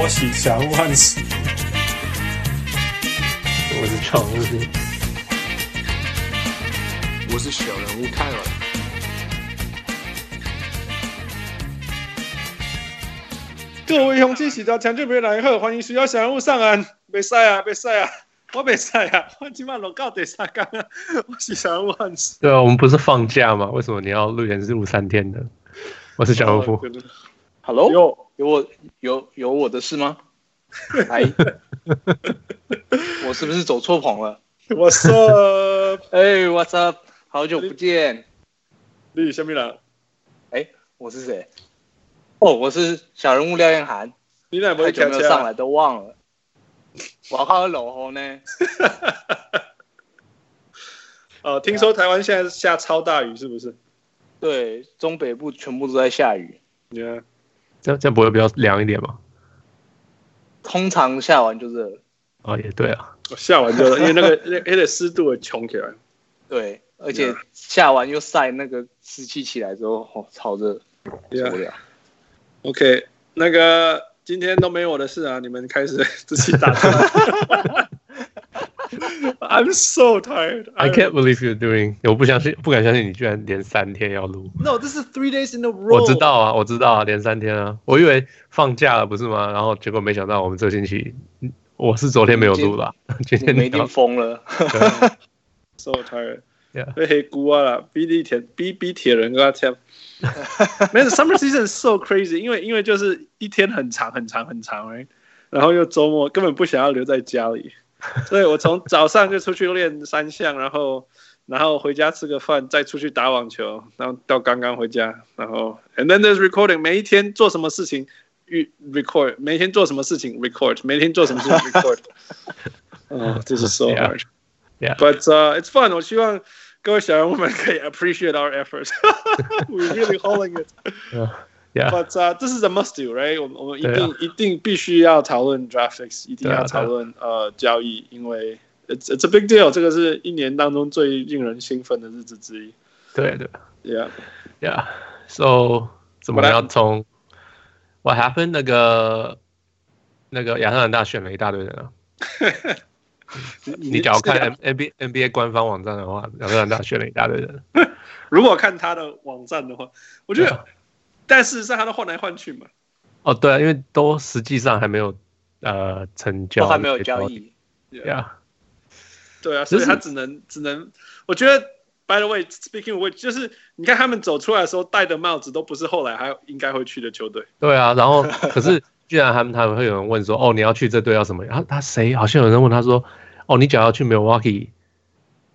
我喜祥万喜，我是常务兵，我是小人物泰尔。各位雄起喜到强劲别来贺，欢迎需要小人物上岸，比赛啊，比赛啊，我比赛啊，我今晚龙告得三杠啊，我喜小人物万喜。对啊，我们不是放假吗？为什么你要录演是录三天的？我是小人哦物， Hello，有有我有有我的事吗？哎，我是不是走错棚了？我说哎、w h a t s up？好久不见，你什么啊人？我是谁？哦，我是小人物廖彦涵，你哪不太会久开没有上车？啊来都忘了。我靠，老红呢？呃，听说台湾现在下超大雨，是不是？对，中北部全部都在下雨，你看，这样这样不会比较凉一点吗？通常下完就热了。哦，也对啊，我下完就因为那个那那个湿度会穷起来。对，而且下完又晒，那个湿气起来之后，哦，超热，受 Yeah 不了。 OK，那个今天都没我的事啊，你们开始 自己打算。I'm so tired. I can't believe you're doing，我不相信，不敢相信你居然连三天要录。 No, this is three days in a row. 我知。道啊，我知道啊，连三天啊，我以为放假了不是吗？然后结果没想到我们这星期，嗯我是昨天没有录啦， 今你天们一定疯了。对 So tired. Yeah. 被黑姑啊啦，逼地铁逼逼铁人啊跟他 tap。没有，summer season is so crazy，因为因为就是一天很长很长很长 r 然后又周末根本不想要留在家里，所以我从早上就出去练三项，然后然后回家吃个饭，再出去打网球，然后到刚刚回家，然后 and then there's recording，每一天做什么事情。预 record 每天做什么事情 record 每天做什么事情 record，哦，这是 so Yeah. hard。 Yeah. But uh, it's fun. 我希望各位小人物们可以 appreciate our effort. We're really hauling it. ，Yeah， But uh, this is a must do, right? 我们我们一对定、啊一定必须要讨论 draftix，一定对啊要讨论、呃交易，因为 it's it's a big deal。这个是一年当中最令人兴奋的日子之一。对对 Yeah， ，Yeah，So 怎么要从 What happened 那个那个亚特兰大选了一大堆人啊，你只要啊看 N N B N B A 官方网站的话，亚特兰大选了一大堆人，如果看他的网站的话，我觉对得，啊但事实上他都换来换去嘛。哦对啊，因为都实际上还没有呃成交，都还没有交易， ，Yeah。对啊，就所以是他只能只能，我觉得，by the way，speaking of which，就是你看他们走出来的时候戴的帽子都不是后来还应该会去的球队。对啊，然 后可是居然他们他们会有人问说，哦，你要去这队要什么？然后他谁好像有人问他说，哦，你只要去 Milwaukee，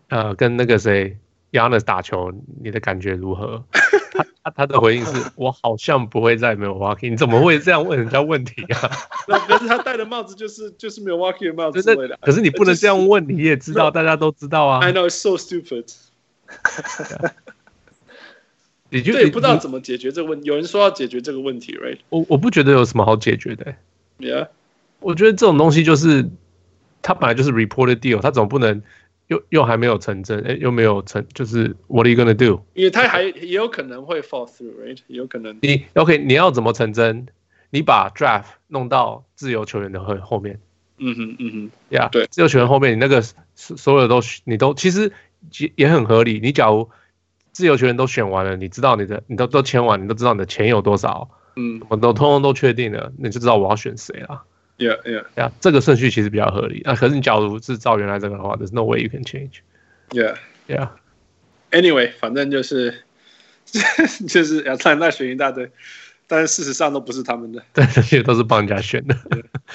呃，跟那个谁 Yanis 打球，你的感觉如 何？他他他的回应是我好像不会在 Milwaukee，你怎么会这样问人家问题啊？那可是他戴的帽子就是就是 Milwaukee 的帽子真之类 的的，。可是你不能这样问，你也 知道，大家都知道啊 I。know it's so stupid。你就对，你不知道你怎么解决这个问有人说要解决这个问题我我不觉得有什么好解决的欸、 ，right？Yeah。我觉得这种东西就是，它本来就是 reported deal，它总不能又又还没有成真，哎，又没有成，就是 what are you gonna do？因为他还也有可能会 fall through，right？也有可能。你 OK，你要怎么成真？你把 draft 弄到自由球员的后后面嗯哼，嗯，Yeah，对自由球员后面你那个所所有都你都其实也也很合理。你假如自由球员都选完了，你知道你的你都都签完，你都知道你的钱有多少，哼，嗯我都通通都确定了，你就知道我要选谁了。 ，Yeah，Yeah，Yeah。呀，这个顺序其实比较合理。啊，可是你假如是照原来这个的话，there's no way you can change。 yeah. Yeah， Anyway，反正就是 就是亚特兰大选一大堆，但是事实上都不是他们的。对，这些都是帮人家选的。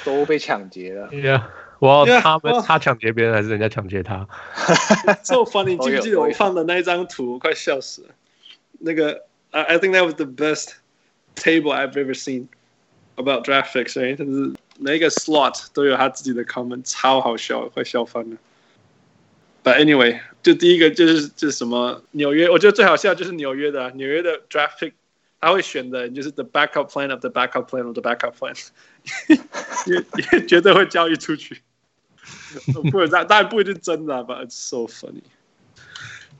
都被抢劫了。 Yeah，我 Yeah，他们哇他抢劫别人还是人家抢劫他？ so funny，都记不有记得都我有放的那一张图？我快笑死了。那个，I I think that was the best table I've ever seen about draft picks。哎，就是每一个 slot 都有他自己的 comment，超好笑，快笑翻了。But anyway，就第一个就是就是什么纽约，我觉得最好笑就是纽约的啊、纽约的 draft pick，他会选的就是 the backup plan of the backup plan of the backup plan，也也绝对会交易出去。不然当当然不一定真的啊，but it's so funny。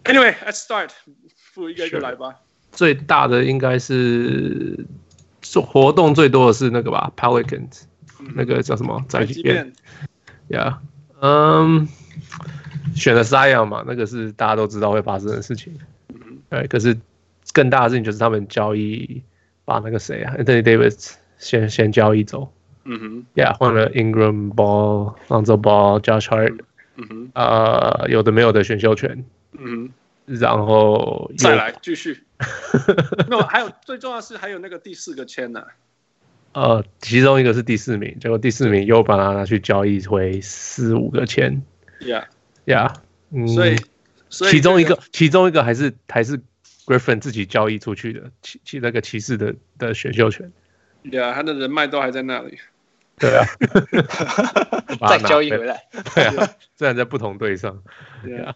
Anyway, let's start，不一 个一个 Sure. 来吧。最大的应该是做活动最多的是那个吧，Pelicans。那个叫什么宅宅急急便便，呀，嗯，选了沙样嘛，那个是大家都知道会发生的事情。对，可是更大的事情就是他们交易把那个谁啊，Anthony Davis 先先交易走嗯哼， ，Yeah，换了 Ingram、Ball、Lonzo Ball、Josh Hart，嗯哼，呃，有的没有的选秀权，嗯哼，然后又再来继续。没有，还有最重要的是还有那个第四个签呢、 呃，其中一个是第四名，结果第四名又把它拿去交易回四五个签 y e a h ，Yeah，嗯，所以、所以其中一这个，其中一个还是还是 Griffin 自己交易出去的，骑骑那个骑士的的选秀权， ，Yeah，他的人脉都还在那里。对啊，把它再拿交易回来，对啊，虽然在不同队上 Yeah，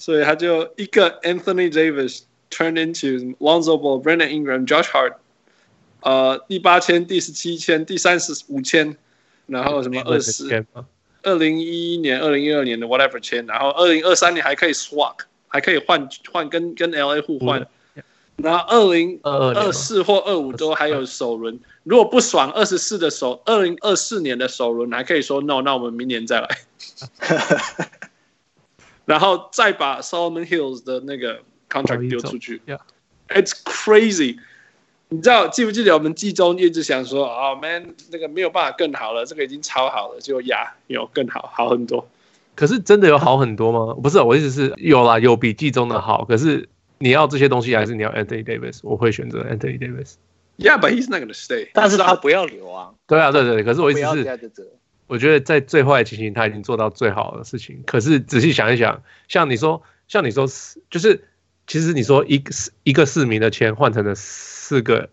所以他就一个 Anthony Davis turned into Lonzo Ball、Brandon Ingram、Josh Hart，呃，第八签、第十七签、第三十五签，然后什么二十签嘛，二零一一年、二零一二年的 whatever 签，然后二零二三年还可以 swap，还可以换换跟跟 LA 互换嗯，然后二零22年嘛二四或二五都还有首轮，如果不爽二十四的首二零二四年的首轮还可以说 no，那我们明年再 来，然后再把 Solomon Hills 的那个交 contract 易丢走出去 Yeah ，it's crazy。你知道记不记得我们季中一直想说啊、m a n 那个没有办法更好了，这个已经超好了，就呀有更好，好很多。可是真的有好很多吗？不是，啊我意思是有啦，有比季中的好，可是你要这些东西还是你要 Anthony Davis，我会选择 Anthony Davis。 Yeah, but he's not gonna stay。但是他不要留啊，对啊，对对对，可是我意不思要是这，样子折。我觉得在最坏的情形，他已经做到最好的事情。可是仔细想一想，像你说，像你说，就是其实你说一个一个市民的签换成了四个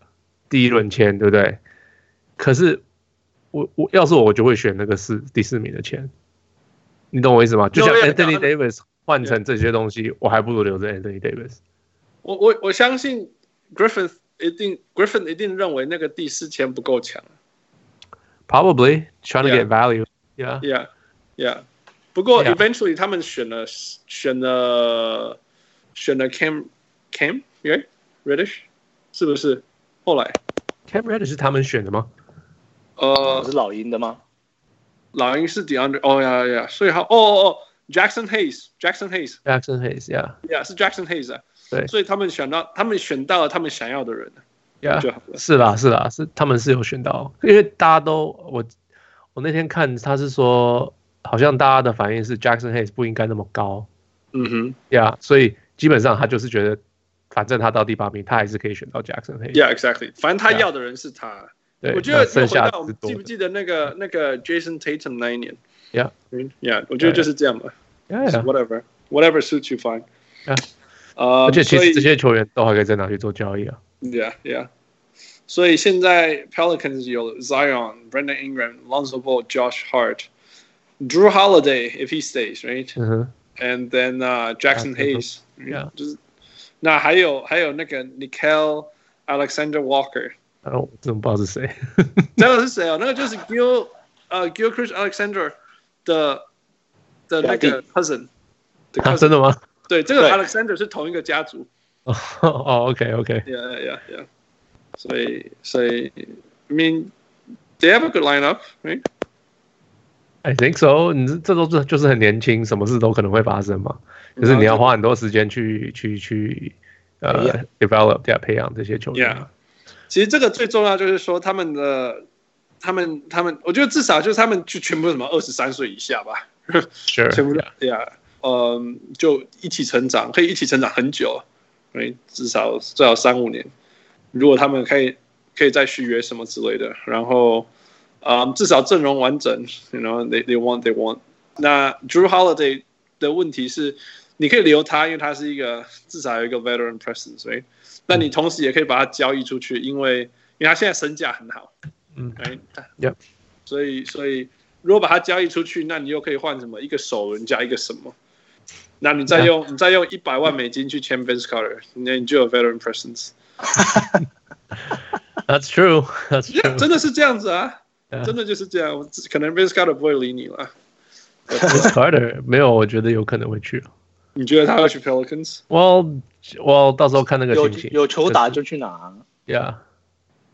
第一轮签，对不对？可是我我要是我，我就会选那个四第四名的签，你懂我意思吗？就像 yeah， Anthony 当然 Davis 换成这些东西，我还不如留着 Anthony Davis。我我我相信 Griffin 一定 Griffin 一定认为那个第四签不够强。 Probably trying to Yeah get value. Yeah. Yeah, yeah。不过 Yeah eventually 他们选了选了选了 Cam Cam right Reddish 是不是？后来 Cam Reddish 是他们选的吗？我呃是老鹰的吗？老鹰是 DeAndre 哦呀呀，所以他哦哦哦 Jackson Hayes Jackson Hayes Jackson Hayes. Yeah. yeah 是 Jackson Hayes 啊。对所以他们选到他们选到了他们想要的人 Yeah. 就好了。是啦，是啦，是他们是有选到，因为大家都我我那天看他是说，好像大家的反应是 Jackson Hayes 不应该那么高嗯哼呀所以基本上他就是觉得，反正他到第八名，他还是可以选到 Jackson Hayes。 ，Yeah exactly，反正他 Yeah 要的人是他。对，我觉得那剩下又回到我之们多记的不记得那个那个 Jason Tatum 那一年 Yeah Yeah，我觉得就是这样嘛 Yeah, yeah ，Whatever whatever suits you fine Yeah。呃，而且其所以实这些球员都还可以再拿去做交易啊。 Yeah Yeah，所以现在 Pelicans 有 Zion、Brandon Ingram、Lonzo Ball、Josh Hart、Drew Holiday if he stays right，嗯哼 and then 呃 Jackson Jackson Hayes， Yeah 就是那还有还有那个 Nickel Alexander Walker。然啊后我真的不知道是谁。那个是谁啊？那个就是 Gil 呃 Gil Chris Alexander 的的那表个 cousin 的啊 cousin，、真的吗？ 对，这个对 Alexander 是同一个家族哦，OK OK， ，yeah yeah yeah，所以所以 I mean they have a good lineup，right？ I think so 你这这都是就是很年轻，什么事都可能会发生嘛。可是你要花很多时间去去去呃培养 develop 对啊培养这些球员啊。其实这个最重要就是说他们的他们他们，我觉得至少就是他们就全部什么二十三岁以下吧， Sure，全部 yeah，对呀，嗯，就一起成长，可以一起成长很久，因为至少最少三五年。如果他们可以可以再续约什么之类的，然后，嗯，至少阵容完整，you know they they want they want。那 Drew Holiday 的问题是，你可以留他，因为他是一个至少有一个 veteran presence，right？那嗯你同时也可以把他交易出去，因为因为他现在身价很好，嗯，right？ Yep 所以所以如果把它交易出去，那你又可以换什么？一个首轮加一个什么？那你再用你再用一百万美金去签 Vince Carter，那你就有 veteran presence。 That's true. That's 呀 true. 真的是这样子啊 Yeah 真的就是这样。我只可能 Vince Carter 不会理你了。 Vince Carter 没有，我觉得有可能会去。你觉得他会去 Pelicans？ Well，我到时候看那个有心情。有球打是就去拿啊， Yeah，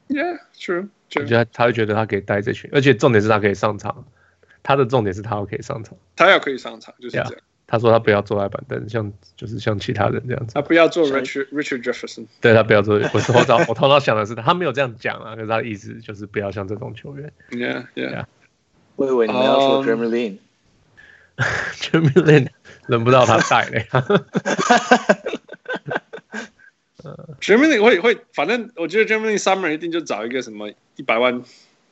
Yeah, true, 我 true. 觉得他会觉得他可以带这群，而且重点是他可以上场，他的重点是他可以上场。他要可以上场就是这 Yeah 样，他说他不要坐在板凳，像就是像其他人这样子。他不要做所以 Richard Richard Jefferson。对他不要坐，我是我早我头脑想的是他没有这样讲啊，可是他的意思就是不要像这种球员。 Yeah, yeah. 我以为你们要嗯说 d r e m e l i n 全米伦轮不到他带嘞， Germany 会会，反正我觉得 Germany summer 一定就找一个什么一百万。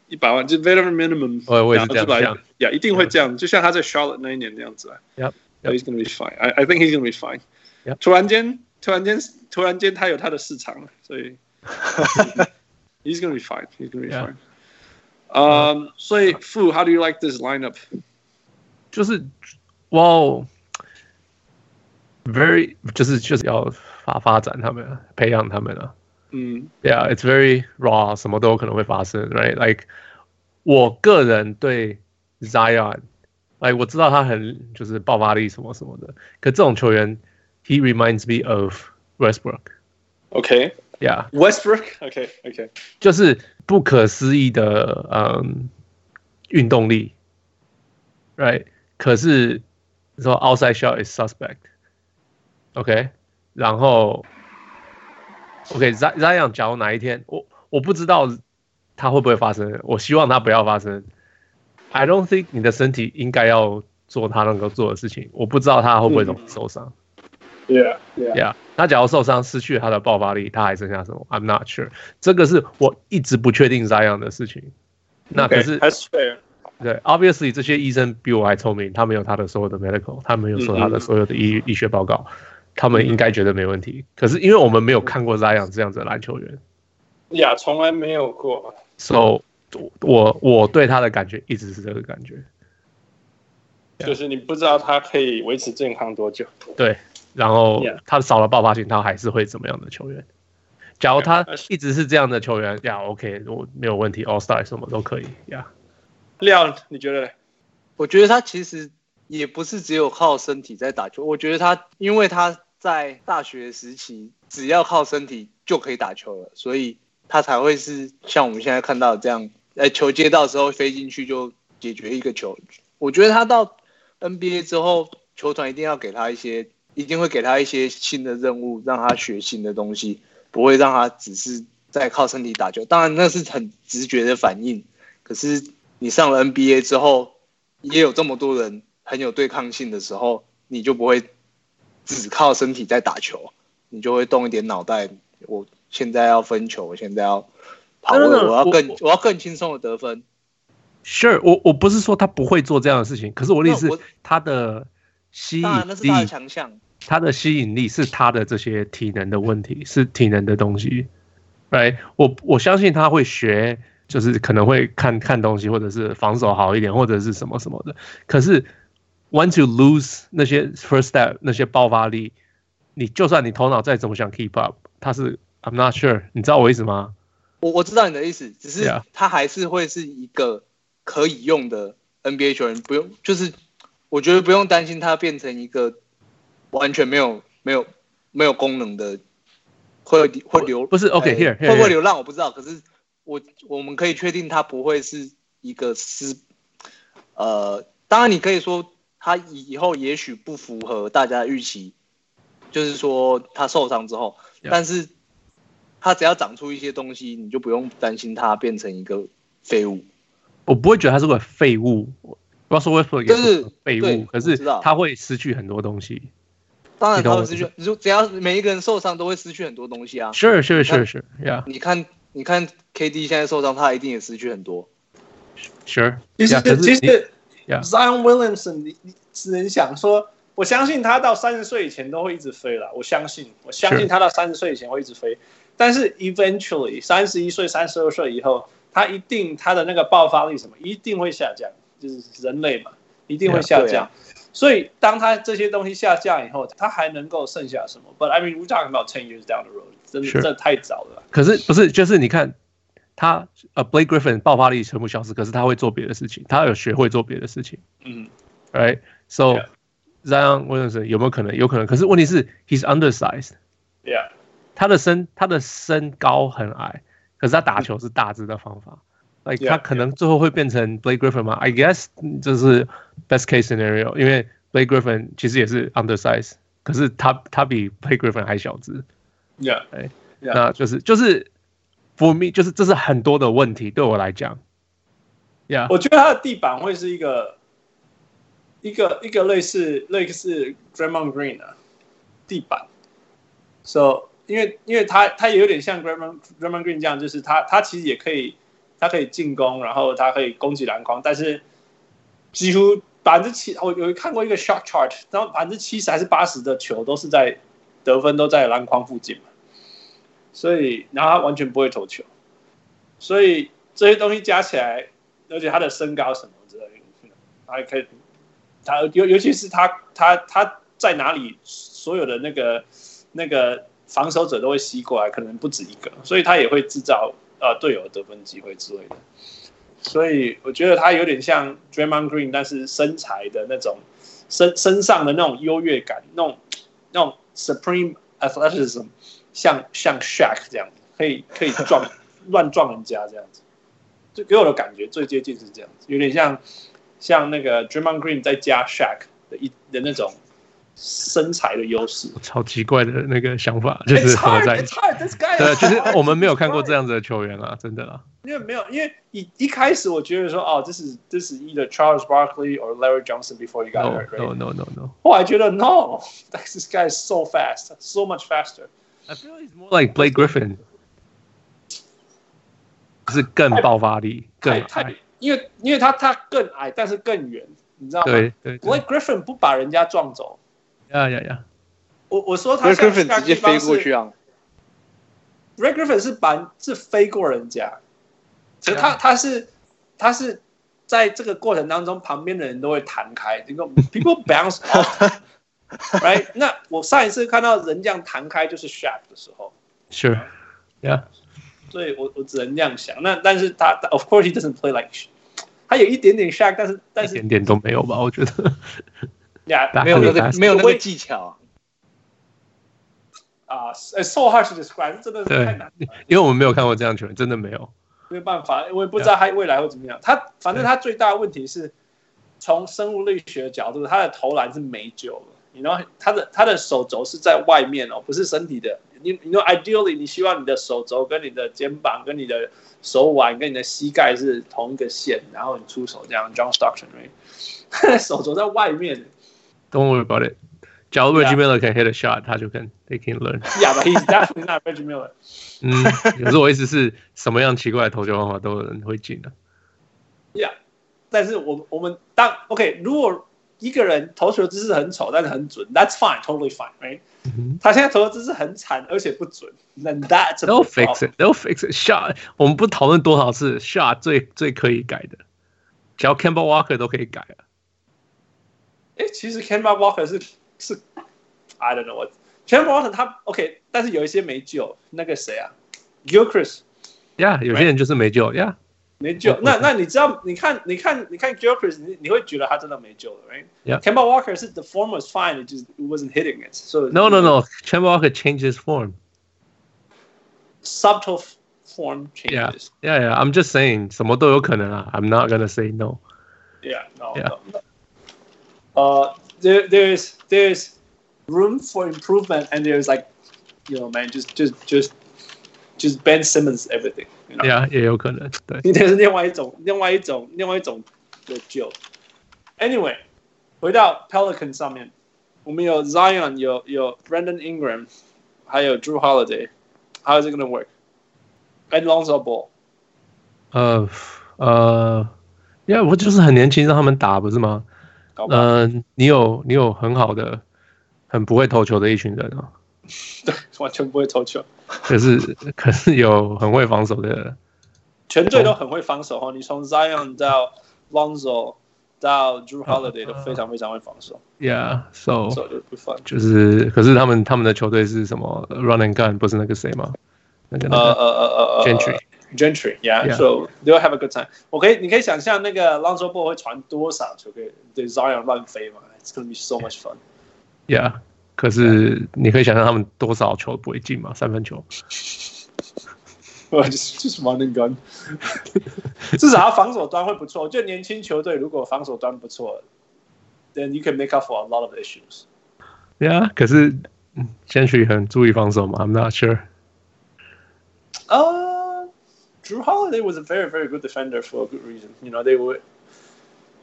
一百万就 veteran minimum，我我也然是后就这样把，yeah，一定会这样，就像他在 Charlotte 那一年那样子啊。 Yep, So he's gonna be fine. I I think he's gonna be fine. Yep. 突然间，突然间，突然间，他有他的市场了，所 以 he's gonna be fine. He's gonna be Yeah. fine. 嗯，所以 Fu, how do you like this lineup? 就是哇哦，very 就是就是要发发展他们、啊，培养他们啊。嗯 Yeah, it's very raw，什么都有可能会发生，right? Like 我个人对 Zion，like 我知道他很就是爆发力什么什么的，可这种球员，he reminds me of Westbrook，yeah， ，OK, Westbrook. OK, OK. 就是不可思议的嗯运动力，right？可是说 outside shot is suspect，OK？、然后 OK Zion Zion 假如哪一天我我不知道它会不会发生，我希望它不要发生。I don't think 你的身体应该要做它能够做的事情，我不知道它会不会容易受伤。 Yeah, yeah. Yeah，他假如受伤失去他的爆发力，他还剩下什么？I'm not sure。这个是我一直不确定 Zion 的事情。那可是 that's fair. 对，obviously 这些医生比我还聪明，他们有他的所有的 medical，他们有所有他的所有的医、医学报告，他们应该觉得没问题。可是因为我们没有看过 Zion 这样子的篮球员 Yeah，从来没有过。 ，so 我我对他的感觉一直是这个感觉。Yeah. 就是你不知道他可以维持健康多久。对，然后 Yeah. 他少了爆发性，他还是会怎么样的球员？假如他 Yeah, 呃 that's- 一直是这样的球员，呀、o k 我没有问题，All Star 什么都可以，呀、廖，你觉得嘞？我觉得他其实也不是只有靠身体在打球，我觉得他因为他在大学时期只要靠身体就可以打球了，所以他才会是像我们现在看到这样，呃，球接到的时候飞进去就解决一个球。我觉得他到 NBA 之后，球团一定要给他一些，一定会给他一些新的任务，让他学新的东西，不会让他只是在靠身体打球。当然那是很直觉的反应，可是你上了 NBA 之后，也有这么多人很有对抗性的时候，你就不会只靠身体在打球，你就会动一点脑袋。我现在要分球，我现在要跑位， No, no, no，我要我更我我要更轻松的得分。 s u r e 我我不是说他不会做这样的事情，可是我的意思那我是，他的吸引当然那是他的力，强项。他的吸引力是他的这些体能的问题，是体能的东西，right？我我相信他会学，就是可能会看看东西，或者是防守好一点，或者是什么什么的。可是 once you lose 那些 first step 那些爆发力，你就算你头脑再怎么想 keep up，他是 I'm not sure，你知道我意思吗？我我知道你的意思，只是 Yeah. 他还是会是一个可以用的 NBA 球员，不用就是我觉得不用担心他变成一个完全没有没有没有功能的，会会流不是，OK，呃 here，here，会不 here 会流浪我不知道，可是我我们可以确定他不会是一个失呃，当然你可以说他以后也许不符合大家的预期，就是说他受伤之后 Yeah. 但是他只要长出一些东西，你就不用担心他变成一个废物。我不会觉得他是个废物。Russell Westbrook 也不是个废就是物，对可我是知道他会失去很多东西。当然你懂他会我失意思去，如只要每一个人受伤都会失去很多东西啊。 Sure, sure, sure, sure. Yeah, 你看，你看 KD 现在受伤，他一定也失去很多。 sure. 其实 Yeah, 可是其你实 Yeah Zion Williamson，你你只能想说，我相信他到三十岁以前都会一直飞了，我相信，我相信是他到三十岁以前会一直飞，但是 eventually 三十一岁、三十二岁以后，他一定他的那个爆发力什么一定会下降，就是人类嘛，一定会 Yeah，下对降啊。所以，当他这些东西下降以后，他还能够剩下什么？But I mean, we're talking about ten years down the road，真的是这太早了。可是不是就是你看他呃 Blake Griffin 爆发力全部消失，可是他会做别的事情，他有学会做别的事情嗯， ，right? So Yeah Zion Williamson 有没有可能？有可能。可是问题是 he's undersized，对呀，他的身他的身高很矮，可可是他打球是大致的方法。like Yeah, 他可能最后会变成 Blake Griffin 嘛？I guess 嗯就是 best case scenario，因为 Blake Griffin 其实也是 undersize，可是他他比 Blake Griffin 还小只， Yeah. 对啊那就是就是 for me 就是这是很多的问题对我来讲，Yeah，我觉得他的地板会是一个一个一个类似类似 Draymond Green 的地板，so 因为因为他他也有点像 Draymond Draymond Green 这样，就是他他其实也可以他可以进攻，然后他可以攻击篮筐，但是几乎百分之七，我有看过一个 shot chart，然后百分之七十还是八十的球都是在得分都在篮筐附近嘛，所以然后他完全不会投球，所以这些东西加起来。而且他的身高什么之类的，他也可以，他尤尤其是他他他在哪里，所有的那个那个防守者都会吸过来，可能不止一个，所以他也会制造呃队友的得分机会之类的。所以我觉得他有点像 Draymond Green，但是身材的那种身身上的那种优越感，那种那种 supreme athleticism，像像 Shaq 这样，可以可以撞 乱撞人家这样子。就给我的感觉最接近是这样子，有点像像那个 Draymond Green 再加 Shaq 的一的那种身材的优势。哎超奇怪的那个 想法就是合在一起。 hard. This guy. 对，就是我们没有看过这样子的球员啊，真的啦。 因为没有，因为一一开始我觉得说，哦，这是这是 either Charles Barkley or Larry Johnson before he got No hurt. no Right? no no no。后来觉得 no, this guy is so fast, so much faster. I feel he's more like Blake Griffin，是更爆发力，更太太矮，，因为因为他他更矮，但是更远，你知道吗对对对， ？Blake Griffin 不把人家撞走。呀呀呀，我我说他 Blake 像 Griffin 直接飞过去啊， Red Griffin 是把是飞过人家，可是他他是他是在这个过程当中，旁边的人都会弹开，这个 people bounce off，right？那我上一次看到人这样弹开就是 Shaq 的时候， sure，呀，所以我我只能这样想。那但是他他 of course he doesn't play like，Shaq 他有一点点 Shaq，但是但一是点点都没有吧？我觉得 yeah 打没有那打个没有那个技巧啊。啊、s o hard to describe，真的是对太难了。因为我们没有看过这样的球员，真的没有。没有办法，我也不知道他未来会怎么样。他反正他最大的问题是，从生物力学的角度，他的投篮是没救了。你 you know 他的他的手肘是在外面哦，不是身体的。你你 know ideally 你希望你的手肘跟你的肩膀、跟你的手腕、跟你的膝盖是同一个线，然后你出手这样。John Stockton right，他的 手肘在外面。 Don't worry about it。假如 Yeah Reggie Miller can hit a shot，他就 can they can learn。 Yeah, but he's definitely not Reggie Miller. 嗯，可是我意思是什么样奇怪的投球方法都有人会进的。 Yeah，但是我我们当 OK，如果一个人投球姿势很丑，但是很准，That's fine, totally fine, right？、嗯哼他现在投的姿势很惨，而且不准，那 That's a They'll big problem. fix it. They'll fix it. Shot，我们不讨论多少次 shot 最最可以改的，只要 Campbell Walker 都可以改啊了。诶，其实 c a m b a Walker 是是，I don't know what c a m b a Walker 他 OK，但是有一些没救，那个谁啊，Gilchrist 呀，有些人就是没救。呀，没救我。那那你知道，你看你看你看 Gilchrist，你你会觉得他真的没救了，right？ Yeah. c a m b a Walker 是 the form was fine, it just it wasn't hitting it. So No, no, no. Campbell Walker changed his form. subtle form Yeah, changes. yeah, yeah. I'm just saying，什么都有可能啊。I'm not gonna say no. Yeah, no, Yeah. no. Uh, there, there's there's room for improvement, and there's like, you know, man, just just just just Ben Simmons everything. You know? Yeah，也有可能。对，这是另外一种另外一种另外一种的救。Anyway，回到 Pelican 上面，我们有 Zion，有有 Brandon Ingram，还有 Drew Holiday。How is it gonna work? And Lonzo Ball. 呃呃，Yeah，我就是很年轻，让他们打不是吗？搞不好嗯，你有你有很好的、很不会投球的一群人啊，完全不会投球，可是 可是有很会防守的人。全队都很会防守哦。你从 Zion 到 Lonzo 到 Drew Holiday 都啊非常非常会防守， Yeah，so 所以就不 fun。就是，可是他们他们的球队是什么？Run and gun 不是那个谁吗？那个呃那呃个呃呃呃 Gentry。 Gentry，yeah， Yeah. so they'll have a good time。我可以，你可以想象那个 Lonzo Ball 会传多少球给对 Zion 乱飞嘛？It's gonna be so much fun。 Yeah，可是你可以想象他们多少球不会进吗？三分球。我 just just running gun。至少他防守端会不错。我觉得年轻球队如果防守端不错，then you can make up for a lot of issues。 Yeah，可是嗯 Gentry 很注意防守嘛，I'm not sure。 Uh, Drew Holiday was a very, very good defender for a good reason. You know, they were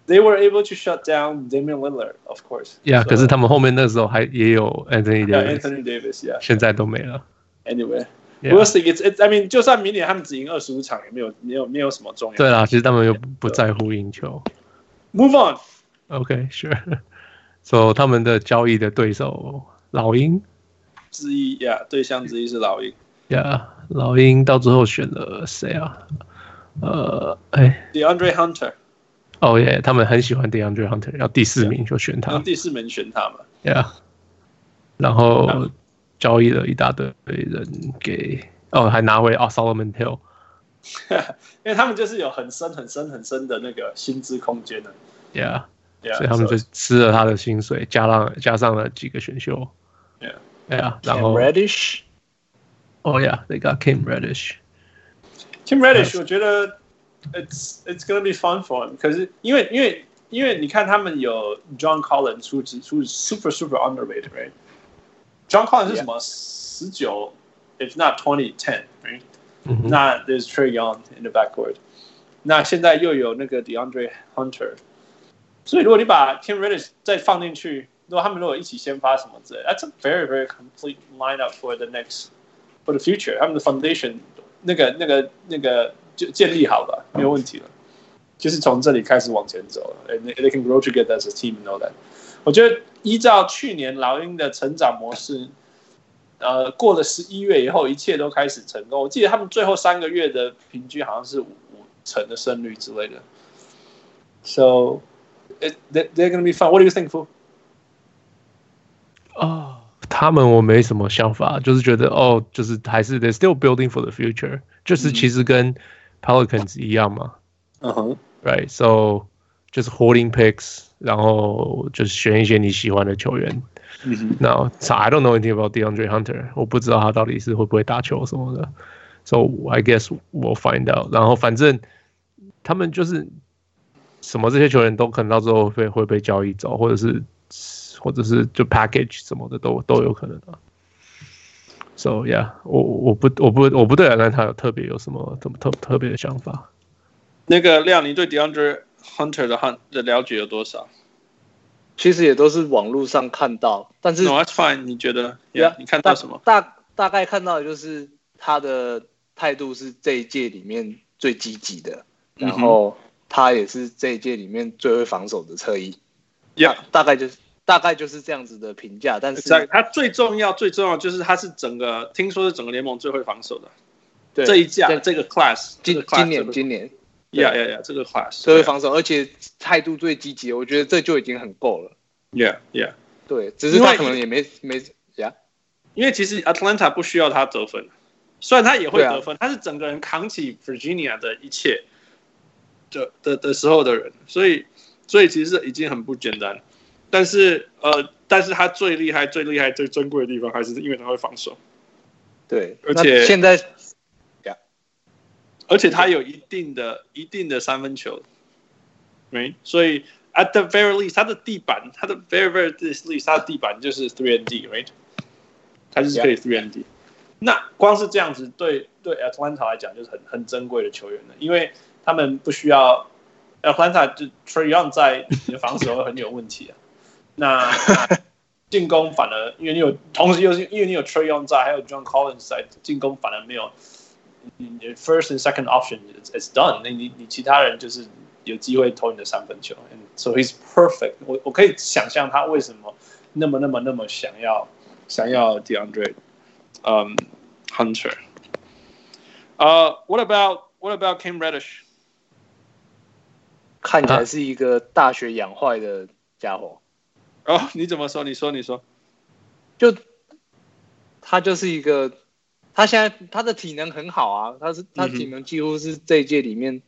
they were able to shut down Damian Lillard, of course. Yeah， So- 可是他们后面那时候还也有 Anthony Yeah, Davis， Anthony Davis. Yeah. 现在都没了。 Anyway, we'll Yeah， see. It's, it's I mean，就算明年他们只赢二十五场，也没有没有没有什么重要。对啦，其实他们又不在乎赢球。 Move on. OK，sure。So 他们的交易的对手老鹰之一，Yeah，对象之一是老鹰。 ，Yeah，老鹰到最后选了谁啊？呃，哎， DeAndre Hunter，哦耶，他们很喜欢 DeAndre Hunter，要第四名就选然后他第四名选他嘛。 ，Yeah。然后交易了一大堆人给，哦，还拿回啊 Solomon Hill。因为他们就是有很深、很深、很深的那个薪资空间的。 Yeah， Yeah, 所以他们就 so- 吃了他的薪水，加上加上了几个选秀。 Yeah. Yeah，然 And 后 Radish， Oh yeah，they got Kim Reddish。 Kim Reddish，我觉得 it's it's gonna be fun for him。可是因为因为因为你看他们有 John Collins who who super super underrated right？John Collins 是什么十九，if not twenty ten right？嗯哼那 there's Trey Young in the backcourt，那现在又有那个 DeAndre Hunter，所以如果你把 Kim Reddish 再放进去，如果他们如果一起先发什么之类，that's a very very complete lineup for the next for the future，他们的 foundation 那个那个那个就建立好了，没有问题了，就是从这里开始往前走了，and they they can grow together as a team and all that。我觉得依照去年老鹰的成长模式，呃，过了十一月以后，一切都开始成功。我记得他们最后三个月的平均好像是五五成的胜率之类的。So, it, they they're gonna be fun. What do you think, Fu? 哦，他们我没什么想法，就是觉得哦，就是还是 they still building for the future，就是其实跟 Pelicans 一样嘛、嗯 Uh-huh. 哼， r i g h t So 就是 holding picks，然后就是选一些你喜欢的球员。嗯哼，那 so I don't know anything about DeAndre Hunter，我不知道他到底是会不会打球什么的。So I guess we'll find out。然后反正他们就是什么这些球员都可能到最后会会被交易走，或者是或者是就 package 什么的都都有可能啊。So yeah，我我不我不我不对阿兰塔有特别有什么特特特别的想法。那个亮，你对 DeAndre Hunter 的汉的了解有多少其实也都是网络上看到，但是啊？No, that's fine. 你觉得？Yeah，你看到什么？大大大概看到的就是他的态度是这一届里面最积极的，嗯哼然后他也是这一届里面最会防守的侧翼， Yeah，大概就是大概就是这样子的评价。但是在他最重要最重要就是他是整个听说是整个联盟最会防守的对这一架但这个 class，这今个 class 今年这个今年 Yeah, yeah, yeah，这个 class 最会防守，而且态度最积极，我觉得这就已经很够了。 Yeah, yeah. 对，只是他因为可能也没没呀，因为其实 Atlanta 不需要他得分，虽然他也会对啊得分，他是整个人扛起 Virginia 的一切的的的时候的人，所以所以其实已经很不简单。但是呃，但是他最厉害、最厉害、最珍贵的地方，还是因为他会防守，对，而那且现在而且他有一定的、一定的三分球，没，所以 at the very least，他的地板，他的 very very least，他的地板就是 three and D，right？他就是可以 three and D。那光是这样子，对对 Atlanta 来讲就是很很珍贵的球员了，因为他们不需要 Atlanta 就 Trey Young 在你的防守会很有问题啊。那那进攻反而因为你有，同时又是因为你有 Trey Young 在，还有 John Collins 在，进攻反而没有你你的 first and second option it's, it's done，那你你其他人就是有机会投你的三分球，and so he's perfect 我。我可以想象他为什么那么那么那么想要想要 DeAndre，嗯、Hunter。呃、w h a t about What about Kim Reddish？看起来是一个大学养坏的家伙。哦、你怎么说？你说，你说。就他就是一个，他现在他的体能很好啊，他是他嗯哼体能几乎是这一届里面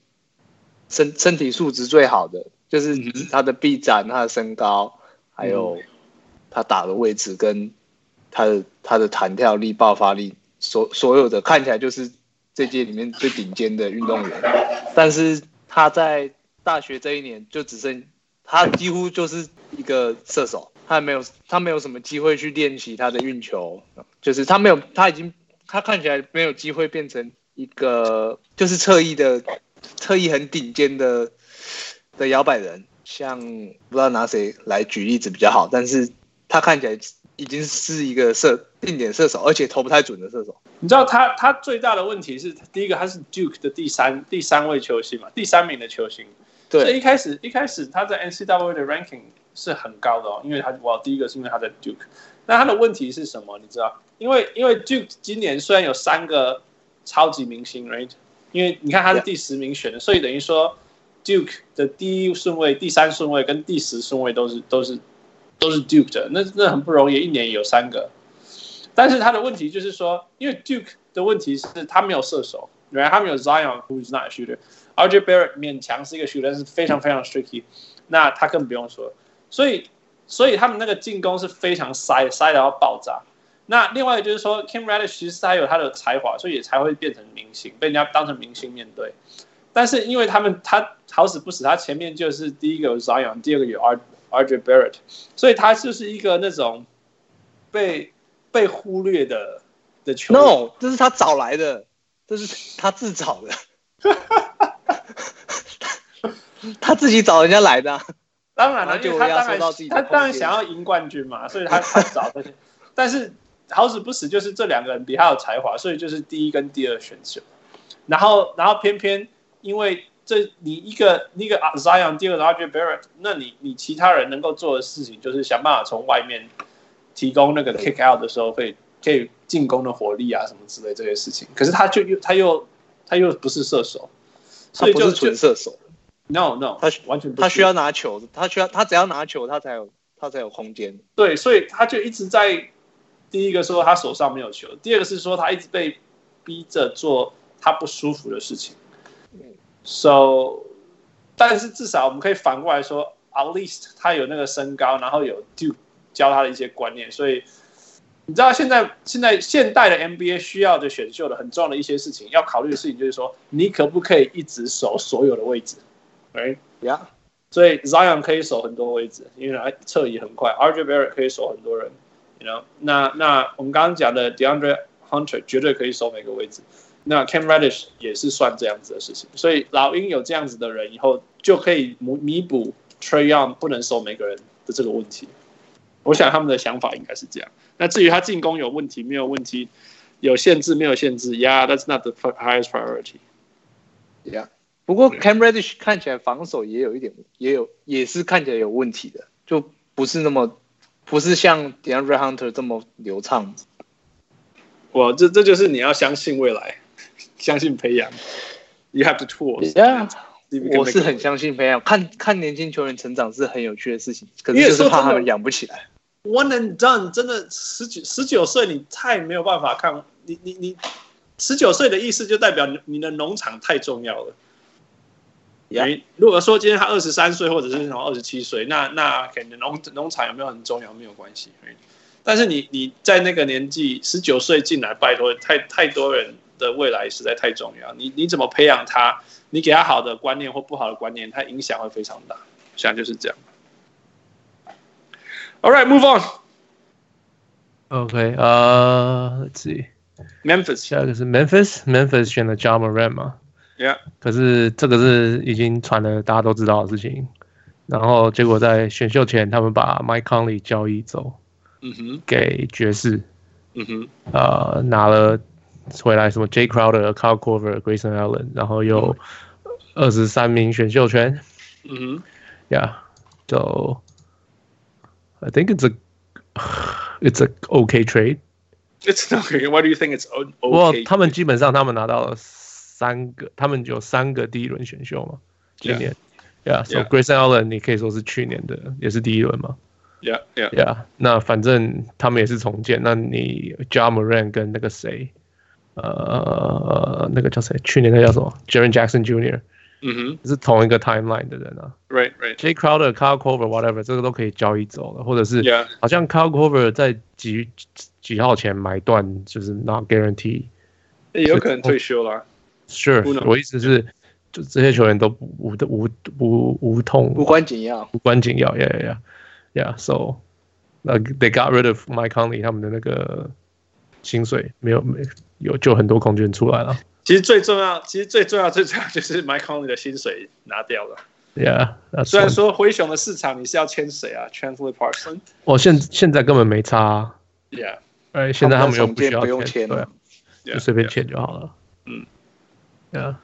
身身体素质最好的，就是嗯哼嗯他的臂展、他的身高，还有他打的位置跟他的他的弹跳力、爆发力，所所有的看起来就是这届里面最顶尖的运动员，但是他在大学这一年就只剩他几乎就是一个射手，他没有他没有什么机会去练习他的运球，就是他没有他已经他看起来没有机会变成一个就是侧翼的侧翼很顶尖的的摇摆人，像不知道拿谁来举例子比较好，但是他看起来已经是一个射定点射手，而且投不太准的射手。你知道他他最大的问题是，第一个他是 Duke 的第三第三位球星嘛，第三名的球星。所以一对开始一开始他在 NCAA 的 ranking 是很高的哦，因为他哇，第一个是因为他在 Duke。那他的问题是什么？你知道？因为因为 Duke 今年虽然有三个超级明星，right？因为你看他是 Yeah. 第十名选的，所以等于说 Duke 的第一顺位、第三顺位跟第十顺位都是都是都是 Duke 的，那那很不容易，一年有三个。但是他的问题就是说，因为 Duke 的问题是他没有射手，然后他们有 Zion who's not a shooter，RJ Barrett 勉强是一个 shooter，但是非常非常 tricky，那他更不用说。所以所以他们那个进攻是非常塞，塞到要爆炸。那另外就是说，Kim Radish 其实他有他的才华，所以也才会变成明星，被人家当成明星面对。但是因为他们他好死不死，他前面就是第一个有 Zion，第二个有 R RJ Barrett，所以他就是一个那种被被忽略的的球员。 No，这是他找来的，这是他自找的， 他自己找人家来的啊、当然了，然后因为就他要当收然到自己的他空当然间想要赢冠军嘛，所以他他找这些。 但是好死不死，就是这两个人比他有才华，所以就是第一跟第二选秀。然后然后偏偏因为这你一个你一个啊 Zion，第二个 RJ Barrett，那你你其他人能够做的事情就是想办法从外面提供那个 kick out 的时候会可以进攻的火力啊什么之类这些事情。可是他就又他又他又不是射手，他所以不就是纯就射手， no no，他完全不他是需要拿球，他需要他只要拿球，他才有他才有空间。对，所以他就一直在第一个说他手上没有球，第二个是说他一直被逼着做他不舒服的事情。So，但是至少我们可以反过来说，at least 他有那个身高，然后有 Duke 教他的一些观念，所以。你知道现在现在现代的 NBA 需要的选秀的很重要的一些事情，要考虑的事情就是说，你可不可以一直守所有的位置？Right？呀、所以 Zion 可以守很多位置，因为他侧移很快；RJ Barrett 可以守很多人，you know 那。那我们刚刚讲的 DeAndre Hunter 绝对可以守每个位置，那 Cam Radish 也是算这样子的事情。所以老鹰有这样子的人以后，就可以弥弥补 Trey Young 不能守每个人的这个问题。我想他们的想法应该是这样。那至于他进攻有问题没有问题，有限制没有限制，Yeah，that's not the highest priority。 y 呀、不过 Cam Reddish 看起来防守也有一点，也有也是看起来有问题的，就不是那么不是像 DeAndre Hunter 这么流畅。我这这就是你要相信未来，相信培养。You have to tools. Yeah， See if you can 我 make 是 it 很 work. 相信培养，看看年轻球员成长是很有趣的事情，可因是为就是说怕真的他们养不起来。 one and done，真的十九十九岁你太没有办法看你你你十九岁的意思就代表你你的农场太重要了。 Yeah. 你如果说今天他二十三岁或者是从二十七岁，那那可能农农场有没有很重要没有关系。right？但是你你在那个年纪十九岁进来，拜托太太多人的未来实在太重要。你你怎么培养他？你给他好的观念或不好的观念，他影响会非常大。我想就是这样。All right, move on. OK，呃、let's see， Memphis. 下一个是 Memphis，Memphis 选了 John Moran 嘛， Yeah. 可是这个是已经传了大家都知道的事情，然后结果在选秀前他们把 Mike Conley 交易走嗯哼，给爵士，嗯哼，呃，拿了回来什么 J Crowder、Kyle Korver、Grayson Allen，然后又二十三名选秀权嗯哼。 ，Yeah，so I think it's a it's a okay trade。 It's not okay. Why do you think it's o- 不过 okay? 他们基本上他们拿到了三个，他们有三个第一轮选秀嘛，今年。Yeah，so Yeah. Grayson Allen 你可以说是去年的，也是第一轮嘛。 Yeah, yeah. Yeah，那反正他们也是重建。那你 Ja Moran 跟那个谁，呃，那个叫谁？去年那叫什么？Jaren Jackson Jr. 嗯哼是同一个 timeline 的人啊。 ，Right, right. J Crowder、Kyle Korver whatever 这个都可以交易走了，或者是 Yeah. 好像 Kyle Korver 在几几号前买断，就是 not guarantee 也有可能退休了。 Sure， Who knows？我意思是，就这些球员都不无无无无痛无关紧要。无关紧要，yeah yeah yeah yeah，so 那、they got rid of Mike Conley 他们的那个薪水没有没有就很多空间出来了其实最重要，其实最重要、最重要就是 Mike Conley 的薪水拿掉了。 ，yeah，that's 虽然 one 说灰熊的市场你是要签谁啊？Translate Parson，Yeah，我哦现现在根本没差、啊，哎，现在他们又常不见需要不用签签对啊了，就随便签就好了，嗯，yeah，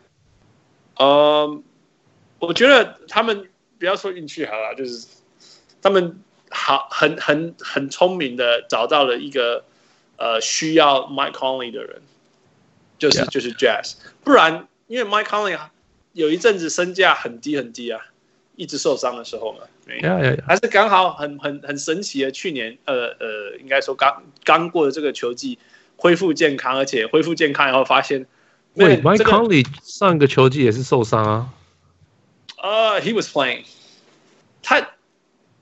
呃，我觉得他们不要说运气好了，就是他们好很很很聪明的找到了一个呃需要 Mike Conley 的人，就是 Yeah. 就是 Jazz，不然因为 Mike Conley 有一阵子身价很低很低啊，一直受伤的时候嘛。对 yeah yeah yeah，还是刚好很很很神奇的，去年呃呃，应该说刚刚过的这个球季恢复健康，而且恢复健康以后发现，喂那个，Mike 这个 Conley 上个球季也是受伤啊，呃、h e was playing，他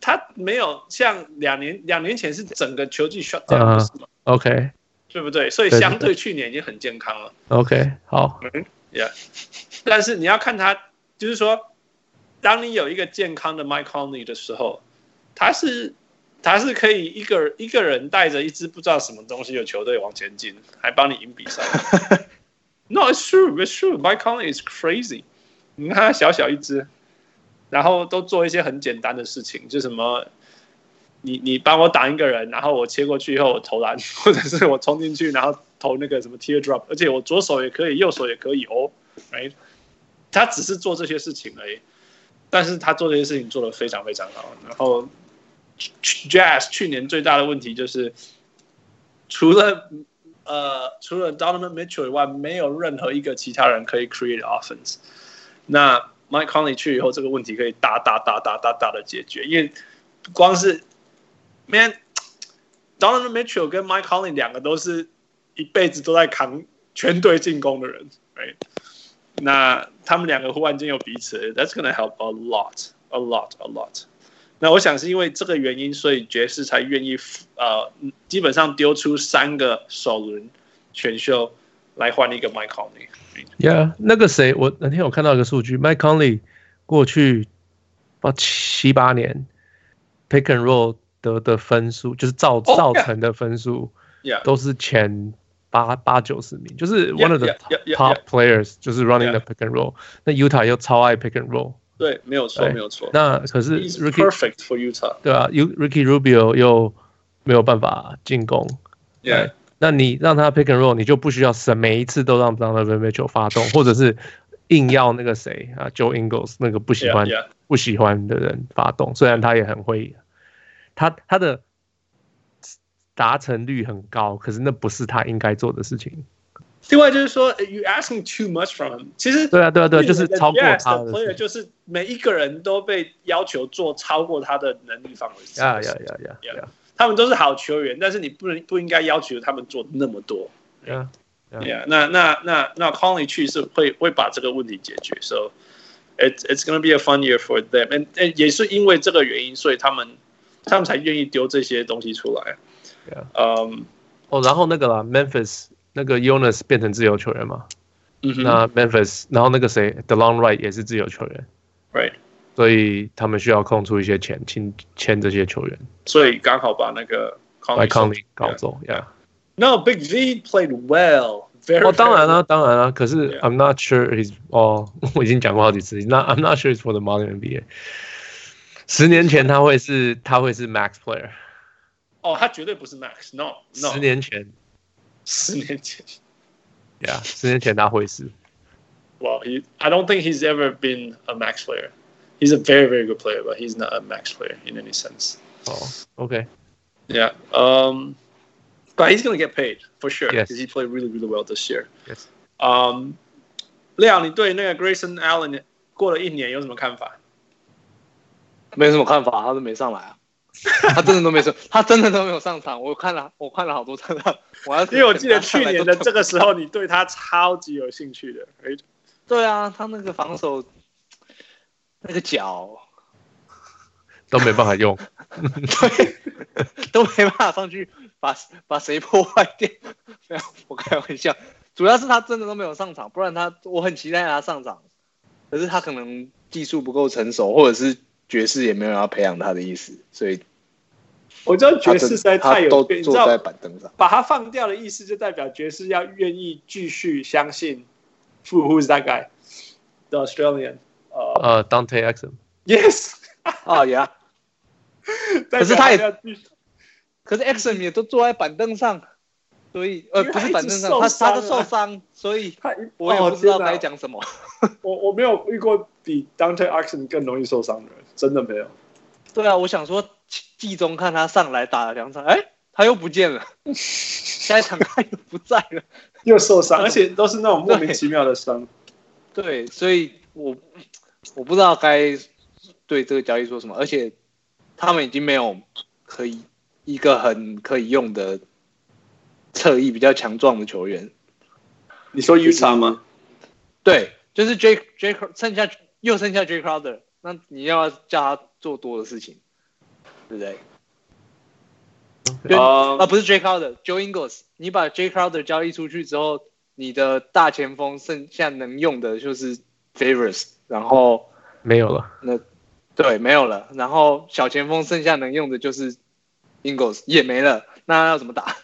他没有像两年两年前是整个球季 shut down，、啊不是吗 OK 对不对？所以对对相对去年已经很健康了。 OK，好，但是你要看他，就是说，当你有一个健康的 Mike Conley 的时候，他是他是可以一个一个人带着一支不知道什么东西的球队往前进，还帮你赢比赛。no, it's true, it's true. Mike Conley is crazy. 你看他小小一只，然后都做一些很简单的事情，就什么。你你帮我挡一个人，然后我切过去以后我投篮，或者是我冲进去然后投那个什么 teardrop，而且我左手也可以，右手也可以哦，right？他只是做这些事情而已，但是他做这些事情做得非常非常好。然后 Jazz 去年最大的问题就是，除了呃除了 Donovan Mitchell 以外，没有任何一个其他人可以 create offense。那 Mike Conley 去以后，这个问题可以大大大大大大的解决，因为光是 Man Donovan Mitchell 跟 Mike Conley 两个都是一辈子都在扛全队进攻的人，right？那他们两个忽然间有彼此，That's gonna help a lot, a lot, a lot。那我想是因为这个原因，所以爵士才愿意呃，基本上丢出三个首轮选秀来换一个 Mike Conley。 Yeah，那个谁，我那天有看到一个数据，Mike Conley 过去不知道七八年 pick and roll 得的分数，就是造 Oh, yeah. 造成的分数 Yeah，都是前八八九十名，就是 Yeah, one of the yeah, yeah, yeah, top players，就是 running the pick and roll。那 Utah 又超爱 pick and roll，对，没有错，对没有错。那可是 He's Ricky perfect for Utah。对啊，U Ricky Rubio 又没有办法进攻， Yeah，那你让他 pick and roll，你就不需要是每一次都让 Donovan Mitchell 发动，或者是硬要那个谁啊，Joe Ingles 那个不喜欢 Yeah, yeah. 不喜欢的人发动。虽然他也很会，他他的达成率很高，可是那不是他应该做的事情。另外就是说，You asking too much from him。其实对啊，对啊，对啊，日就本是的超过 Jazz 他的的 player，事情。就是每一个人都被要求做超过他的能力范围之内。呀呀呀呀呀他们都是好球员，但是你不能不应该要求他们做那么多。呀！嗯 Yeah，那那那那 Conley 去是会会把这个问题解决，so it's it's gonna be a fun year for them。And, and 也是因为这个原因，所以他们他们才愿意丢这些东西出来。 Yeah 嗯哦，然后那个啦，Memphis 那个 Jonas 变成自由球员嘛？嗯哼那 Memphis，然后那个谁，DeLon Wright 也是自由球员。 ，right，所以他们需要空出一些钱签签这些球员，所以刚好把那个把 Conley 送 Conley 搞走呀。 No，Big V played well，very 哦，当然了，当然了。可是 Yeah. I'm not sure he's 哦，我已经讲过好几次，not I'm not sure he's for the modern NBA。十年前他会是他会是 max player，哦，他绝对不是 Max，no 十 no，年前十年前。 ，yeah，十年前他会是 Well, he, I don't think he's ever been a max player. He's a very, very good player, but he's not a max player in any sense. 哦，OK， Yeah. Um, but he's going to get paid for sure Yes. because he played really, really well this year. Yes. Um, Leo, 你对那个 Grayson Allen 过了一年有什么看法？没什么看法，他都没上来啊。 他真的都没上， 他真的都没有上场。我看了，我看了好多场 他，我要是因为我记得去年的等他上来都这个时候，你对他超级有兴趣的。哎，对啊，他那个防守那个脚，都没办法用。 对，都没办法上去把把谁破坏掉。没有，我开玩笑，主要是他真的都没有上场，不然他我很期待他上场，可是他可能技术不够成熟，或者是爵士也没有要培养他的意思，所以我知道他爵士真实在太他都有趣，你知坐在道板凳上。把他放掉的意思，就代表爵士要愿意继续相信 Who Who's that guy the Australian 呃、呃，Dante Exum， Yes，啊呀， 可是他也要继续可 是 Action 也都坐在板凳上，所以呃因为不他是一直板凳上，受他伤他啊都受伤，所以他我也哦不知道天哪该讲什么。我我没有遇过比 Dante Action 更容易受伤的人，真的没有。对啊，我想说季中看他上来打了两场，哎、他又 不见了，下一场他又不在了。又受伤，而且都是那种莫名其妙的伤。对，所以我我不知道该对这个交易说什么，而且他们已经没有可以一个很可以用的侧翼比较强壮的球员。你说 U 就是叉吗？对，就是 J J 剩下又剩下 J Crowder，那你要叫他做多的事情，对不对？对啊，啊，不是 J Crowder，Joe Ingles，你把 J Crowder 交易出去之后，你的大前锋剩下能用的就是 Favors，然后。没有了，那对没有了，然后小前锋剩下能用的就是 Ingles 也没了，那要怎么打？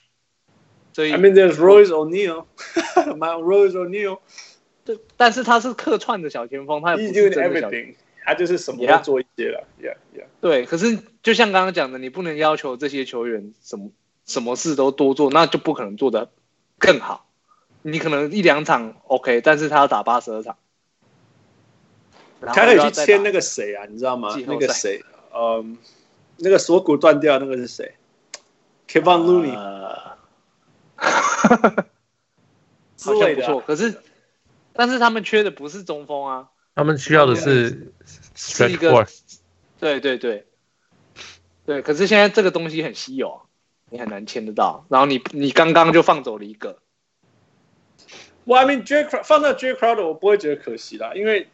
所以 I mean there's Royce O'Neal, my Royce O'Neal, 这但是他是客串的小前 锋，他也 he's 不是 doing 真的小前 everything，他就是什么 Yeah 都做一些了，Yeah Yeah。对，可是就像刚刚讲的，你不能要求这些球员什么什么事都多做，那就不可能做得更好。你可能一两场 OK，但是他要打八十二场，他可以去签那个个谁啊，你知道吗季？后那赛个谁，嗯，那个锁骨断掉那个是谁？Kevin 呃 Looney 之好像类不的错，啊。可是但是他们缺的不是中锋啊。他们需要的啊是是 stretch 一 f 个 o r c 对对对，对。可是现在这个东西很稀有啊，你很难签得到。然后你你刚刚就放走了一个，我 I mean J Crow 放到 J Crowder，我不会觉得可惜啦，因为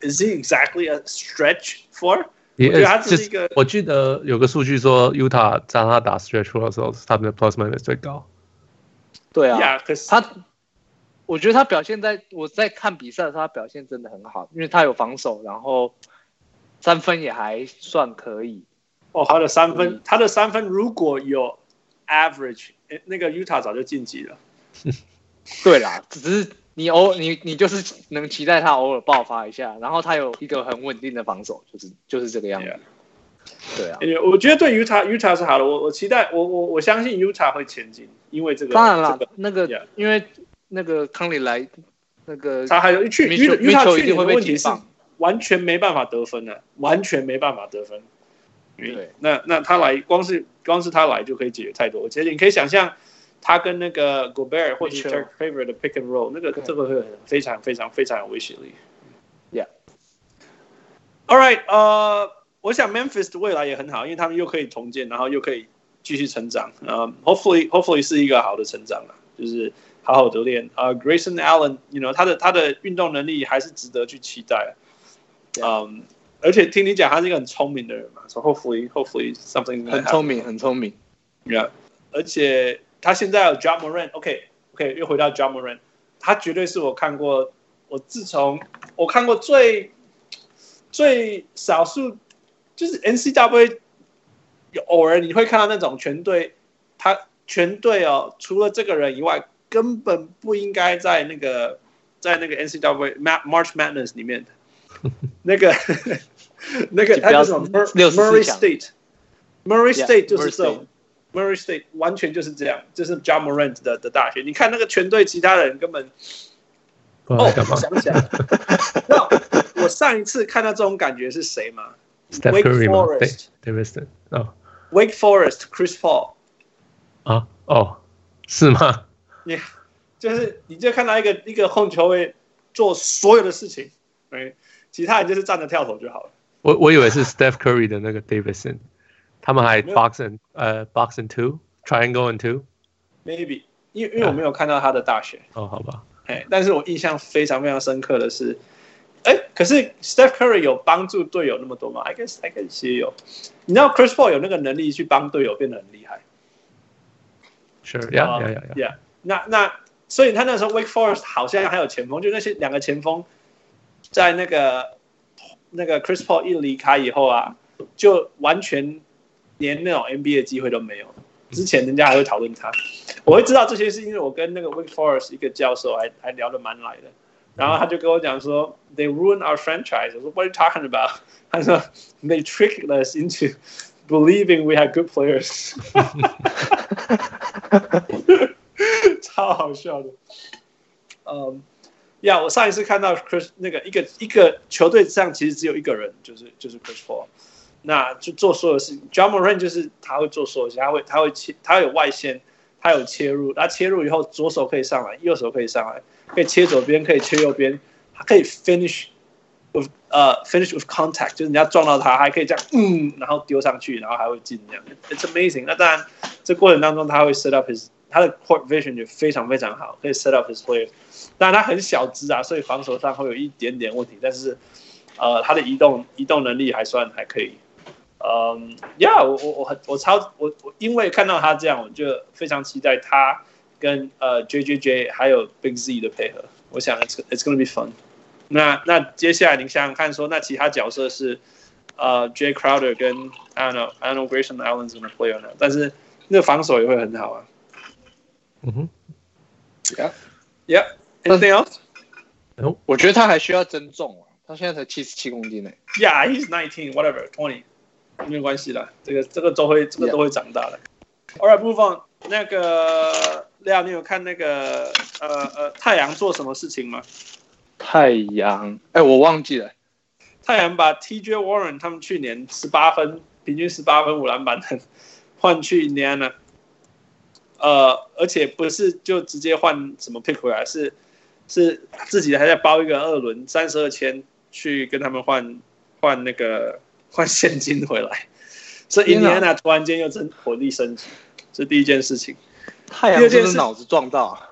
Is he exactly a stretch for？也我觉得他只就是一个我记得有个数据说，Utah 在他打 stretch four 的时候，他们的 plus minus 最高。对啊呀，可是他我觉得他表现在我在看比赛的时候，他表现真的很好，因为他有防守，然后三分也还算可以。哦，他的三分，嗯他的三分如果有 average，诶那个 Utah 早就晋级了。对啦，只是你偶你你就是能期待他偶尔爆发一下，然后他有一个很稳定的防守，就是就是这个样子。对啊，因为我觉得对 Utah Utah 是好的，我我期待，我我我相信 Utah 会前进，因为这个当然了，这个那个 Yeah 因为那个康里来那个他还有去 Mitchell- Utah Mitchell 去一定年的会被问题解是放完全没办法得分的，完全没办法得分。嗯对，那那他来，光是光是他来就可以解决太多。而且你可以想象，他跟那个 Gobert 或者 Mitchell Derek Favor 的 pick and roll，那个对这个会非常非常非常有威胁力。 Yeah. All right，呃，我想 Memphis 的未来也很好，因为他们又可以重建，然后又可以继续成长。呃、h o p e f u l l y hopefully 是一个好的成长啦，就是好好的练。呃、g r a c e o n Allen，you know 他的他的运动能力还是值得去期待。嗯、 Yeah. 而且听你讲，他是一个很聪明的人嘛，所、so、以 hopefully hopefully something 很聪明，很聪明。 Yeah，而且他现在有 j a m o r a n o k OK，又回到 j a m o r a n 他绝对是我看过，我自从我看过最最少数，就是 NCAA 有偶尔你会看到那种全队，他全队哦，除了这个人以外，根本不应该在那个在那个 NCAA Ma- March Madness 里面的那个 那个就他不叫要什么 Mur- 64 Murray 强 State。Murray Yeah, State 就是这 Murray 种，Murray State 完全就是这样，就是 John Morant 的的大学。你看那个全队其他人根本不知道哦在干，嘛我想起来 了，那我上一次看到这种感觉是谁吗？Steph Curry 吗 Forest ？Dave Daviston 哦？Wake Forest Chris Paul，啊哦，是吗？你就是你就看到一个一个控球位做所有的事情，对，其他人就是站着跳投就好了。我我以为是 Steph Curry 的那个 Davidson，他们还没有 box and 呃 box and two triangle and two。 Maybe 因为因为我没有看到他的大学，哦，好吧，哎，但是我印象非常非常深刻的是，哎，可是 Steph Curry 有帮助队友那么多吗？I guess I guess 也有。你知道 Chris Paul 有那个能力去帮队友变得很厉害。 Sure，yeah 啊 yeah yeah yeah。 Yeah，那那所以他那时候 Wake Forest 好像还有前锋，就那些两个前锋，在那个那个 Chris Paul 一离开以后啊，就完全连那种 NBA 的机会都没有。之前人家还会讨论他，我会知道这些是因为我跟那个 Wake Forest 一个教授还还聊得蛮来的，然后他就跟我讲说，They ruin our franchise。我说 What are you talking about？他 说 They tricked us into believing we had good players。超 好笑的。嗯，呀，我上一次看到 Chris 那个一个一个球队上其实只有一个人，就是就是 Chris Paul，那就做所有事情。John Moran 就是他会做所有事情，他会他会切，他有外线，他有切入，他切入以后左手可以上来，右手可以上来，可以切左边，可以切右边，他可以 finish with 呃、finish with contact，就是人家撞到他还可以这样嗯，然后丢上去，然后还会进这样。It's amazing。那当然，这过程当中他会 set up his 他的 court vision 也非常非常好，可以 set up his players。当然他很小只啊，所以防守上会有一点点问题，但是呃，他的移动移动能力还算还可以。嗯，Yeah，我我我很我超我我因为看到他这样，我就非常期待他跟呃 J J J 还有 Big Z 的配合。我想 it's it's gonna be fun。那那接下来您想想看说，那其他角色是呃 J Crowder 跟 I don't know I don't know Grayson Allen's gonna play or not，但是那个防守也会很好啊。嗯哼， Yeah. Anything else? 我觉得他还需要增重啊，他现在才七十七公斤呢、 Yeah, he's nineteen, whatever, twenty，没有关系的，这个这个都会这个都会长大的。All right, move on。那个亮，你有看那个呃呃太阳做什么事情吗？太阳，哎、我忘记了，太阳把 T.J. Warren 他们去年十八分，平均十八分五篮板的换去 i a n a 呃，而且不是就直接换什么 pick 回来，是是自己还在包一个二轮三十二千去跟他们换换那个换现金回来，所以 i 天 n 哪 a n 突然间又真火力升级，这第一件事情。太第阳二件真事是脑子撞到、啊，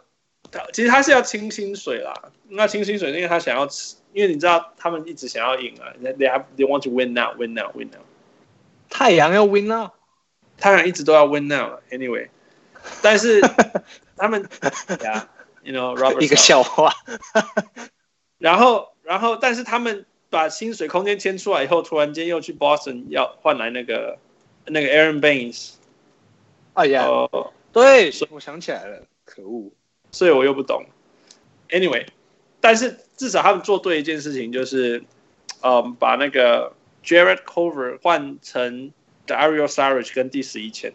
他其实他是要清薪水啦，那清薪水是因为他想要吃，因为你知道他们一直想要赢啊，they they have- they want to win now, win now, win now。太阳要 win 啊，他们一直都要 win now，anyway，但 是他们，yeah，you know，Robert 一个 Sala 笑话，然后，然后，但是他们把薪水空间签出来以后，突然间又去 Boston 要换来那个那个 Aaron Baines，哎呀，哦、对，我想起来了，可恶，所以我又不懂。Anyway，但是至少他们做对一件事情，就是，嗯，把那个 Jared Cover 换成 Dario Saric 跟第十一签，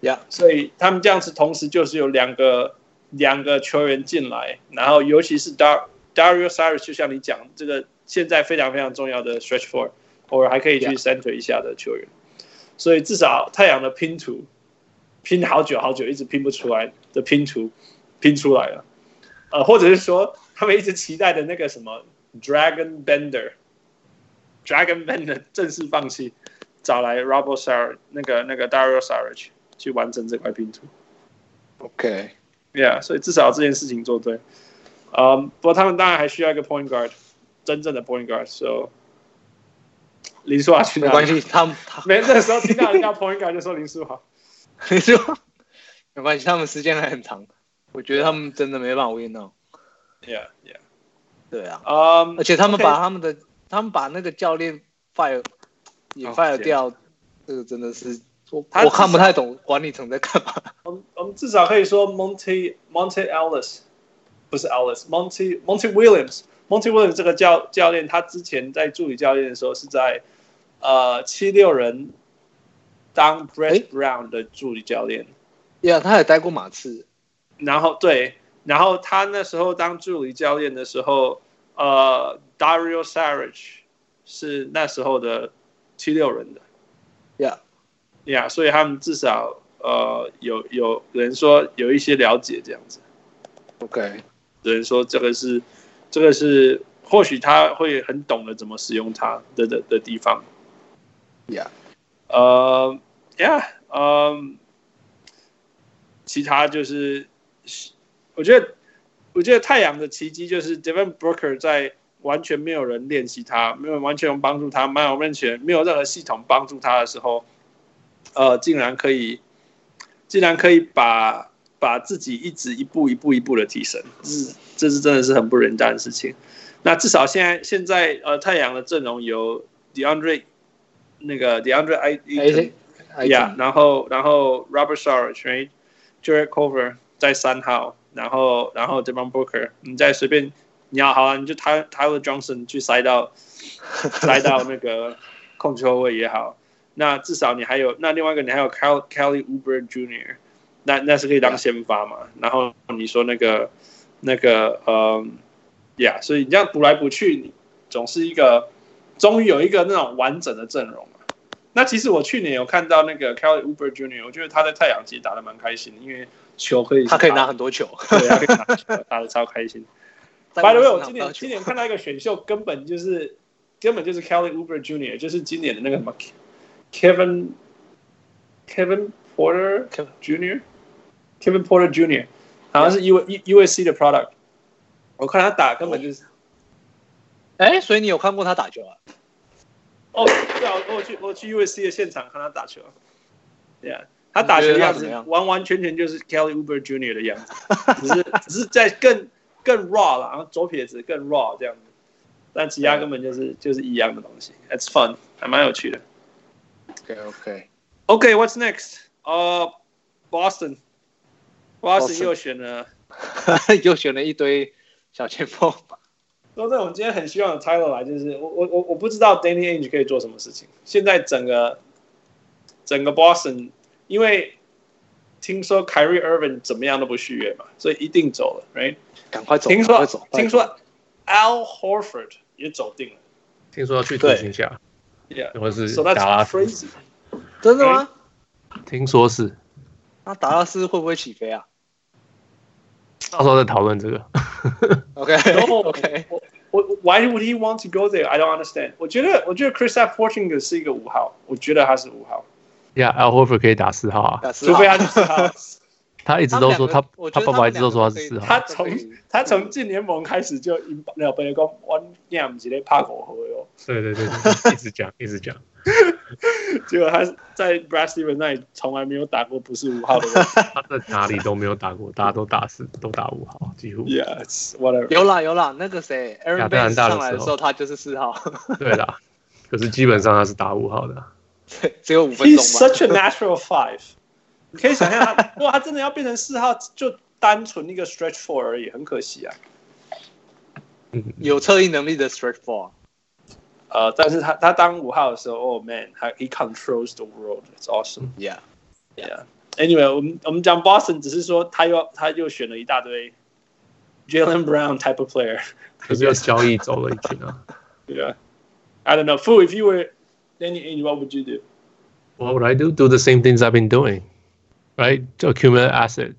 呀、所以他们这样子同时就是有两个两个球员进来，然后尤其是 Dar Dario Saric，就像你讲，这个现在非常非常重要的 stretch four，偶尔还可以去 Yeah. center 一下的球员，所以至少太阳的拼图拼好久好久一直拼不出来的拼图拼出来了，呃，或者是说他们一直期待的那个什么 Dragon Bender。Dragon Bender 正式放弃，找来 Robo Sar 那个那个 Dario Saric 去完成这块拼图。 o k Yeah，所以至少这件事情做对。啊、不过他们当然还需要一个 point guard，真正的 point guard。So 林书豪去哪没里关，系，他们他没那时候听到人家 point guard 就说林书豪。你说 没关系，他们时间还很长，我觉得他们真的没办法 win 哦。 Yeah, yeah。对啊，嗯，而且他们 OK 把他们的他们把那个教练 fire 也哦 fire 天掉，这个真的是我他我至看不少太懂管理层在干嘛。 我们我们至少可以说 Monty Monty Ellis，不是 Ellis，Monty Monty Williams，Monty Williams 这个教教练，他之前在助理教练的时候是在呃七六人当 Brett 诶 Brown 的助理教练，呀，他也待过马刺，然后对，然后他那时候当助理教练的时候，呃，Dario Saric 是那时候的七六人的。呀，呀所以他们至少呃有有人说有一些了解这样子。 OK，有人说这个是这个是或许他会很懂得怎么使用它的的的地方。呀，呃，Yeah，嗯，其他就是我觉得我觉得太阳的奇迹就是 Devin Booker 在完全没有人练习他，没有人完全帮助他，没有完全没有任何系统帮助他的时候，呃，竟然可以竟然可以把把自己一直一步一步一步的提升，这是这是真的是很不人道的事情。那至少现在现在呃，太阳的阵容有 DeAndre 那个 DeAndre I 哎哎 yeah，然后然后 Robert Shaw、Trey、Jared Culver 在三号，然后然后这帮 Booker，你再随便你要好啊，你就 Ty Tyler Johnson 去塞到塞到那个控球位也好，那至少你还有那另外一个你还有 Cal Kelly Uber Jr，那那是可以啊当先发嘛然后你说那个那个呃，yeah，所以你这样补来补去，你总是一个终于有一个那种完整的阵容嘛。那其实我去年有看到那个 Kelly Uber Jr，我觉得他在太阳其实打得蛮开心的，因为球可以他可以拿很多球。对，他可以拿球，打得超开心。在 By the way，网我上今拿年到球今年看到一个选秀，根本就是根本就是 Kelly Uber Jr.，就是今年的那个什么 Kevin Kevin Porter Kevin- Jr. Kevin Porter Jr. 好像是 U U U S C 的 product。我看他打根本就是哎，所以你有看过他打球啊？哦，对啊，我我去我去 U S C 的现场看他打球，对啊，他打球的样你觉得他怎子么样完完全全就是 Kelly Uber Jr. 的样子，只是只是在更更 raw 啦，然后左撇子更 raw 这样子，但其他根本就是就是一样的东西，That's fun，还蛮有趣的。 OK OK， OK，What's、next？呃、b o s t o n b o s t Boston o n 又选了， 又选了一堆小前锋。说真的，我们今天很希望 Tyler 来，就是我我我我不知道 Danny Ainge 可以做什么事情。现在整个整个 Boston，因为听说 Kyrie Irving 怎么样都不续约嘛，所以一定走了，right？ 赶快走，听赶快说走，听说 Al Horford 也走定了听说要去独行侠， ，yeah，so 或者是 that's 达拉斯， crazy。真的吗？听说是，哎那达拉斯会不会起飞啊到时候再讨论这个。 ？OK No 哦 OK，我我 Why would he want to go there? I don't understand. 我觉得我觉得 Chris a p o r t i n g 是一个五号，我觉得他是五号， Yeah，Al Horford 可以打四号啊，打四除号非他去四号。他一直都说他们两个我觉他得爸们爸一直都说他两是四个都可以号，他从他从进联盟开始就引那朋友讲，我娘不是在拍狗喝哟。对对对，对一直讲一直讲。 结果他在 Brad Stevens 那里从来没有打过不是五号的位置。他在哪里都没有打过，大家都打四，都打五号，几乎。 yeah, it's whatever. 有啦有啦，那个谁亚，Aaron 特兰 Baines 大的上来的时候时候，他就是四号， 对啦，可是基本上他是打五号的啊。只有五分 He's 钟嘛。 such a natural five. 你可以想象他， 如果他真的要变成四号，就单纯一个 stretch four 而已，很可惜啊。嗯，有策应能力的 stretch four，呃，但是他他当五号的时候，Oh man，他 he controls the world. It's awesome. yeah， Yeah. Anyway，我们我们讲 Boston，只是说他又他又选了一大堆 Jalen Brown type of player. 可是又交易走了一群啊。 Yeah. I don't know. Fu, if you were Danny Ainge, what would you do? What would I do? Do the same things I've been doing, right? To accumulate asset，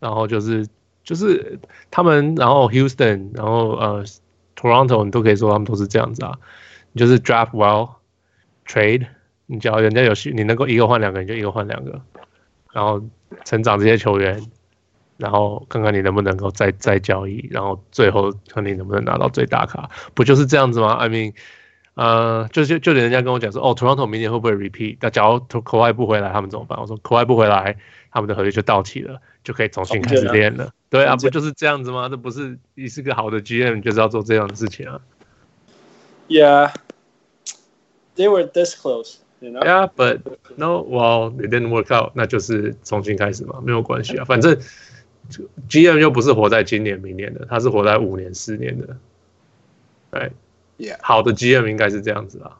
然后就是就是他们，然后 Houston，然后呃 Toronto，你都可以说他们都是这样子啊。你就是 draft well trade，你只要人家有需，你能够一个换两个，你就一个换两个，然后成长这些球员，然后看看你能不能够再再交易，然后最后看你能不能拿到最大卡，不就是这样子吗？I mean。呃，就是就连人家跟我讲说，哦，Toronto 明年会不会 repeat？那假如 To- Kawhi 不回来，他们怎么办？我说 Kawhi 不回来，他们的合约就到期了，就可以重新开始练了。哦对啊，重建不就是这样子吗？这不是你是个好的 GM，你就是要做这样的事情啊。 Yeah. They were this close, you know? Yeah, but no, well, it didn't work out，那就是重新开始嘛，没有关系啊。反正 GM 又不是活在今年、明年的，他是活在五年、十年的。对 Yeah 好的 GM 应该是这样子啊。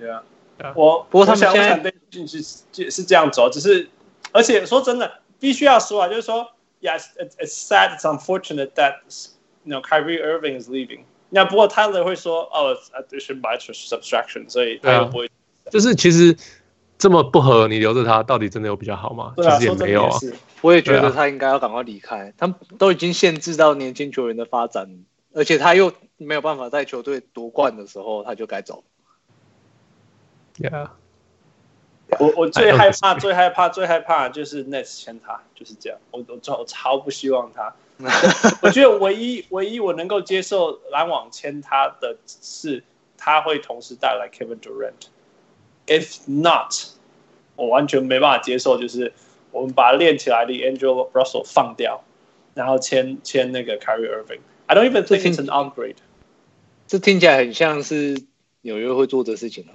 Yeah. Yeah. 我不过他们我想现在我想对进去是是这样走，只是而且说真的，必须要说啊，就是说，Yes, it's it's sad, it's unfortunate that you know Kyrie Irving is leaving. 那不过 Tyler 会说，哦、oh,，it's addition by subtraction，所以他对啊又不会。就是其实这么不合，你留着他到底真的有比较好吗？对啊，其实也说真的没有也啊。是。我也觉对得啊他应该要赶快离开，他们都已经限制到年轻球员的发展，而且他又没有办法在球队夺冠的时候，他就该 走。 Yeah，我我最 I don't 害怕、 disagree 最害怕、最害怕就是 Nets 签他，就是这样。我我超我超不希望他。我觉得唯一唯一我能够接受篮网签他的是，他会同时带来 Kevin Durant。If not，我完全没办法接受，就是我们把练起来的 Angel Russell 放掉，然后签签那个 Kyrie Irving。I don't even 这 think 听 it's an upgrade. 这听起来很像是纽约会做的事情啊。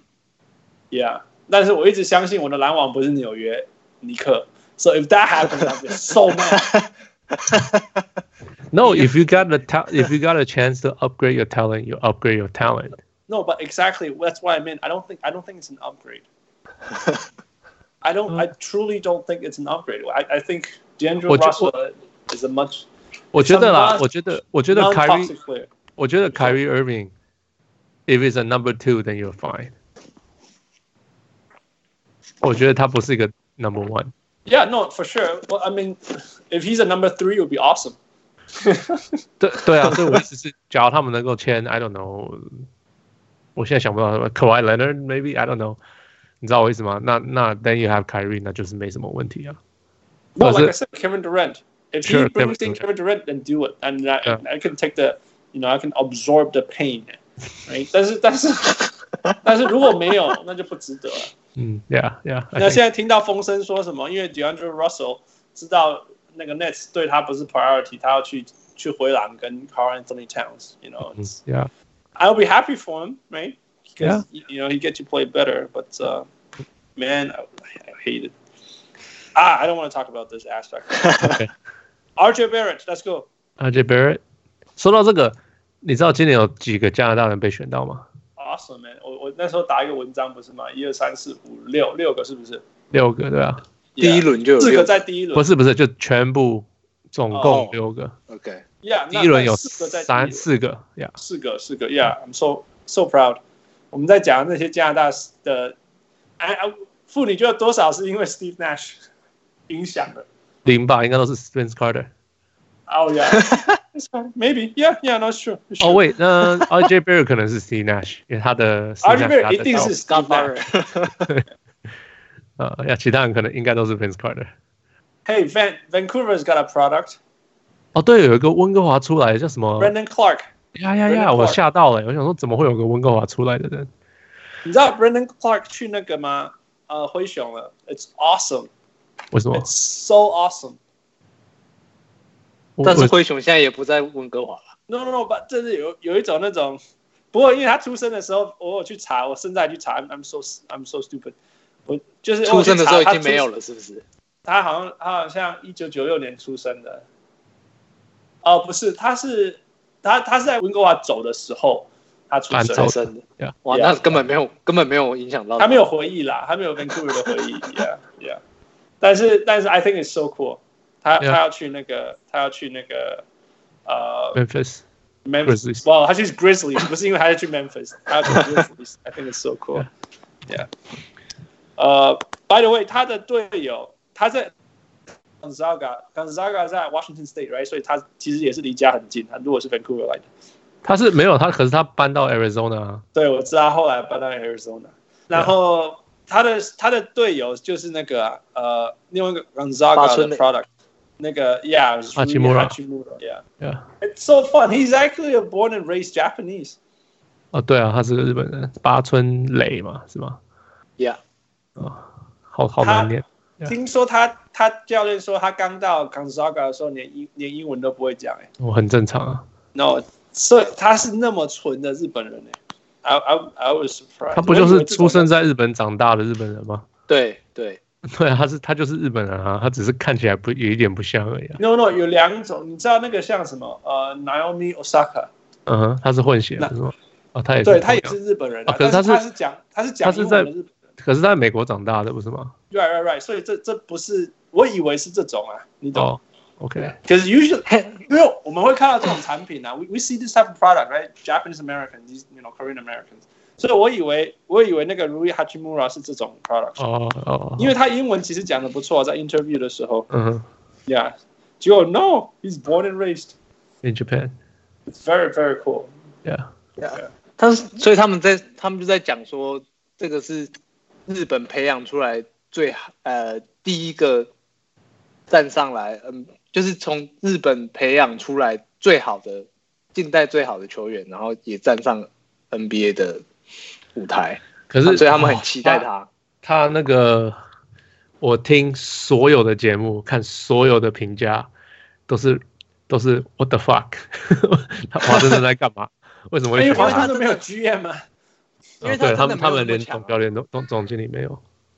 Yeah，但是我一直相信我的篮网不是纽约尼克。So if that happens, I'll be so mad. No, if you got the ta- if you got a chance to upgrade your talent, you upgrade your talent. No, but exactly that's what I meant. I don't think I don't think it's an upgrade. I don't. Uh. I truly don't think it's an upgrade. I, I think D'Angelo 我觉- Russell is a much 我觉得啦 Some，我觉得我觉得 Kyrie non-toxic player. 我觉得 Kyrie Irving if is a number two, then you're fine. 我觉得他不是一个 number one。 Yeah, no, for sure. Well, I mean, if he's a number three, it would be awesome. 对对啊，所以我意思是，假如他们能够签，I don't know，我现在想不到什么 Kawhi Leonard maybe I don't know，你知道我意思吗？那那 Then you have Kyrie，那就是没什么问题啊。 No, Was like it- I said, Kevin Durant. If Sure, he brings Kevin in Kevin Durant, then do it, and I, Yeah. I can take the, you know, I can absorb the pain, right? 但是但是 但是如果没有，那就不值得了。嗯，Yeah Yeah， 那现在听到风声说什么？因为 DeAndre Russell 知道那个 Nets 对他不是 priority，他要去去回廊跟 Carl Anthony Towns，you know，、it's- 嗯 Yeah I'll be happy for him, right? Because Yeah. y you know he get to play better. But uh, man, I, I hate it. Ah, I don't want to talk about this aspect. Okay. RJ Barrett, let's go. RJ Barrett，说到这个，你知道今年有几个加拿大人被选到吗？ Awesome, man. 我我那时候打一个文章不是吗？一二三四五六六个是不是？六个对吧？第一轮就有四六个在第一轮，不是不是，就全部总哦共六个， OK， Yeah，第一轮有四个在第一三轮四个，Yeah。四个，四个，Yeah，I'm so so proud。我们在讲那些加拿大的，哎哎，妇女就有多少是因为 Steve Nash 影响的？零吧，应该都是 Spence Carter。 Oh yeah，maybe yeah，yeah，not sure。哦、喂， 那 RJ Barrett 可能是 Steve Nash，因为他的 Steve RJ Nash 贝他一的定是 g o Steve d f a t Nash。 h e r 呃，呀，其他人可能应该都是 Vince Carter。 Hey Van Vancouver's got a product. 哦，对，有一个温哥华出来的叫什么？ Brandon Clark，呀呀 Brandon Clark 呀！我吓到了，我想说怎么会有个温哥华出来的人？你知道 Brandon Clark 去那个吗？呃，灰熊了。It's awesome. 为什么 It's？so awesome. 我但是我灰熊现在也不在温哥华了。 No no no，but 这是有有一种那种，不过因为他出生的时候，我有去查，我现在去查，I'm I'm so I'm so stupid，我就是出生的时候已经没有了，了，是不是？他好像他好像一九九六年出生的，哦不是，他是他他是在温哥华走的时候他出搬走生出，生的。 Yeah 哇， Yeah 那根本没有，根本没有影响到他没有回忆啦，他没有 Vancouver 的回忆，Yeah Yeah，但是但是 I think it's so cool，他 Yeah 他要去那个他要去那个呃 Memphis Memphis. Grizzlies. Well, 他去 Grizzlies，不是因为他要去 Memphis，他要去 Grizzlies。I think it's so cool. Yeah. 呃、b y the way，他的队友他在 Gonzaga，Gonzaga 在 Washington State, right？所以他其实也是离家很近。他如果是 Vancouver 来的，他是没有他，可是他搬到 Arizona 啊。对，我知道他后来搬到 Arizona，然后他的他的队友就是那个啊呃另外一个 uh, Gonzaga 八村的垒 product，那个 Yeah，阿奇莫拉 Yeah. Yeah It's so fun. He's actually a born and raised Japanese. 哦，对啊，他是日本人，八村垒嘛，是吗？哦，Yeah，好好难念。Yeah. 听说他他教练说他刚到 Gonzaga 的时候连英连英文都不会讲哎、欸，我很正常啊。然后所以他是那么纯的日本人哎、欸、，I I I was surprised。他不就是出生在日本长大的日本人吗？对对， 对啊，他是他就是日本人啊，他只是看起来不有一点不像而已、啊。 ？No No，有两种，你知道那个像什么呃 Naomi Osaka，嗯哼，他是混血那是吗？哦，他也是对他也同样是，日本人、啊啊可是但他是是他是讲他是讲他是英文在的日本人可是他在美国长大的不是吗？ ，right right right，所以这这不是我以为是这种啊，你懂？哦，OK，可是 usually 因为我们会看到这种产品啊，we we see this type of product right Japanese Americans these you know Korean Americans，所以我以为我以为那个 Rui Hachimura 是这种 product，、哦哦，因为他英文其实讲的不错，在 interview 的时候嗯哼，yeah，结果 no he's born and raised，it's ，in Japan，yeah， very very cool，但是所以他们在他们就在讲说，这个是日本培养出来最呃第一个站上来，嗯，就是从日本培养出来最好的近代最好的球员，然后也站上 NBA 的舞台，可是啊哦所以他们很期待他。他那个我听所有的节目，看所有的评价，都是都是 What the fuck？他华盛顿在干嘛？为什么会因为选华华盛他？盛顿哦没有 GM 啊。因为他对真他的们没他们有那么连强啊总教练都总总经理没有，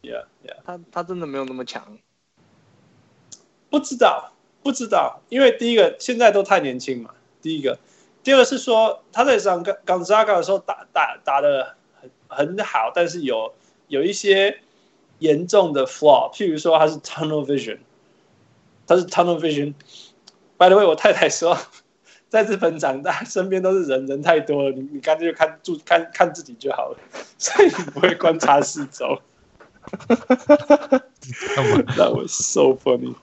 Yeah, yeah. 他他真的没有那么强。不知道，不知道，因为第一个现在都太年轻嘛，第一个，第二个是说他在上冈冈扎嘎的时候打打打的很很好，但是有有一些严重的 flaw，譬如说他是 tunnel vision，他是 tunnel vision。By the way，我太太说，在日本长大，身边都是人，人太多了，你你干脆就看住看看自己就好了，所以你不会观察四周。干 嘛？ That was so funny.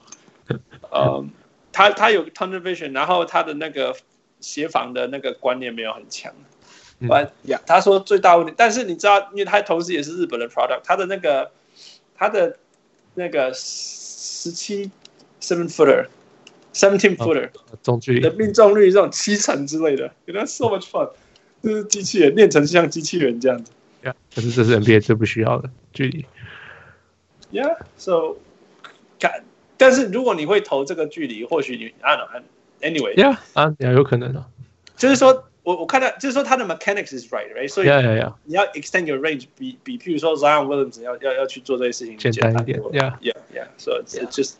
嗯，他他有 tunnel vision，然后他的那个协防的那个观念没有很强。嗯反 Yeah. 他说最大问题，但是你知道，因为他同时也是日本的 product，他的那个他的那个十七 seven footer seventeen footer 中距的离命中率这种七成之类的，you know so much fun，就是机器人练成像机器人这样子。呀可是这是 NBA 最不需要的距离。 Yeah, so 看，但是如果你会投这个距离，或许你按了按，anyway，、呀啊，呀，有可能啊。就是说我我看到就是说他的 mechanics is right, right？所以呀呀呀，你要 extend your range 比比譬如说 Zion Williams 要要要去做这些事情简单一点多了 Yeah. yeah, yeah. So it's Yeah. it's just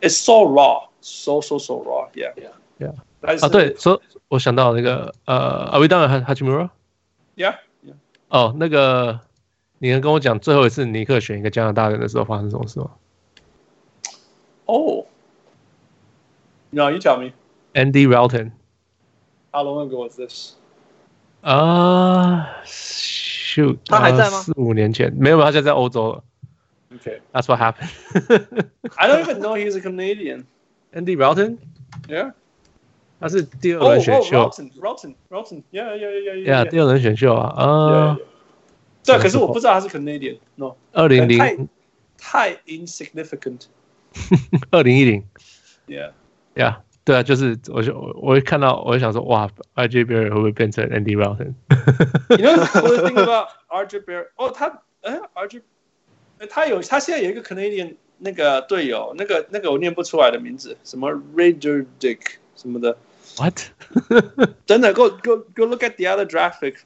it's so raw, so so so raw, yeah, yeah, Yeah. 但是啊，对，说我想到那个呃，阿维当然还哈奇姆罗。 ，yeah, yeah. 哦，那个，你能跟我讲最后一次尼克选一个加拿大人的时候发生什么事吗 Oh, no, you tell me. ？Andy Relton How long ago was this? 啊、s h o o t 他还在吗四五年前没有，他现在在欧洲了。 Okay, That's what happened 。 I don't even know he's a Canadian. Andy Relton， Yeah. 他是第二 Oh, 轮 oh, 选秀 Rotten, Rotten, Rotten. Yeah, yeah, yeah, yeah, 呀 yeah. 第二轮选秀啊，啊 yeah.，对，oh, 可是我不知道他是 Canadian。No，二零太零太 insignificant。二零一零 Yeah. 呀，对啊，就是我就我我会看到，我就想说，哇，RJ b e r r y 会不会变成 Andy Relton？ You know the cool thing about Oh, RJ Barrett？哦，他哎，RJ，呃他有 eh, 他现在有一个 Canadian 那个队友，那个那个我念不出来的名字，什么 Rager Dick 什么的。 What？真的，Go Go Go look at the other graphic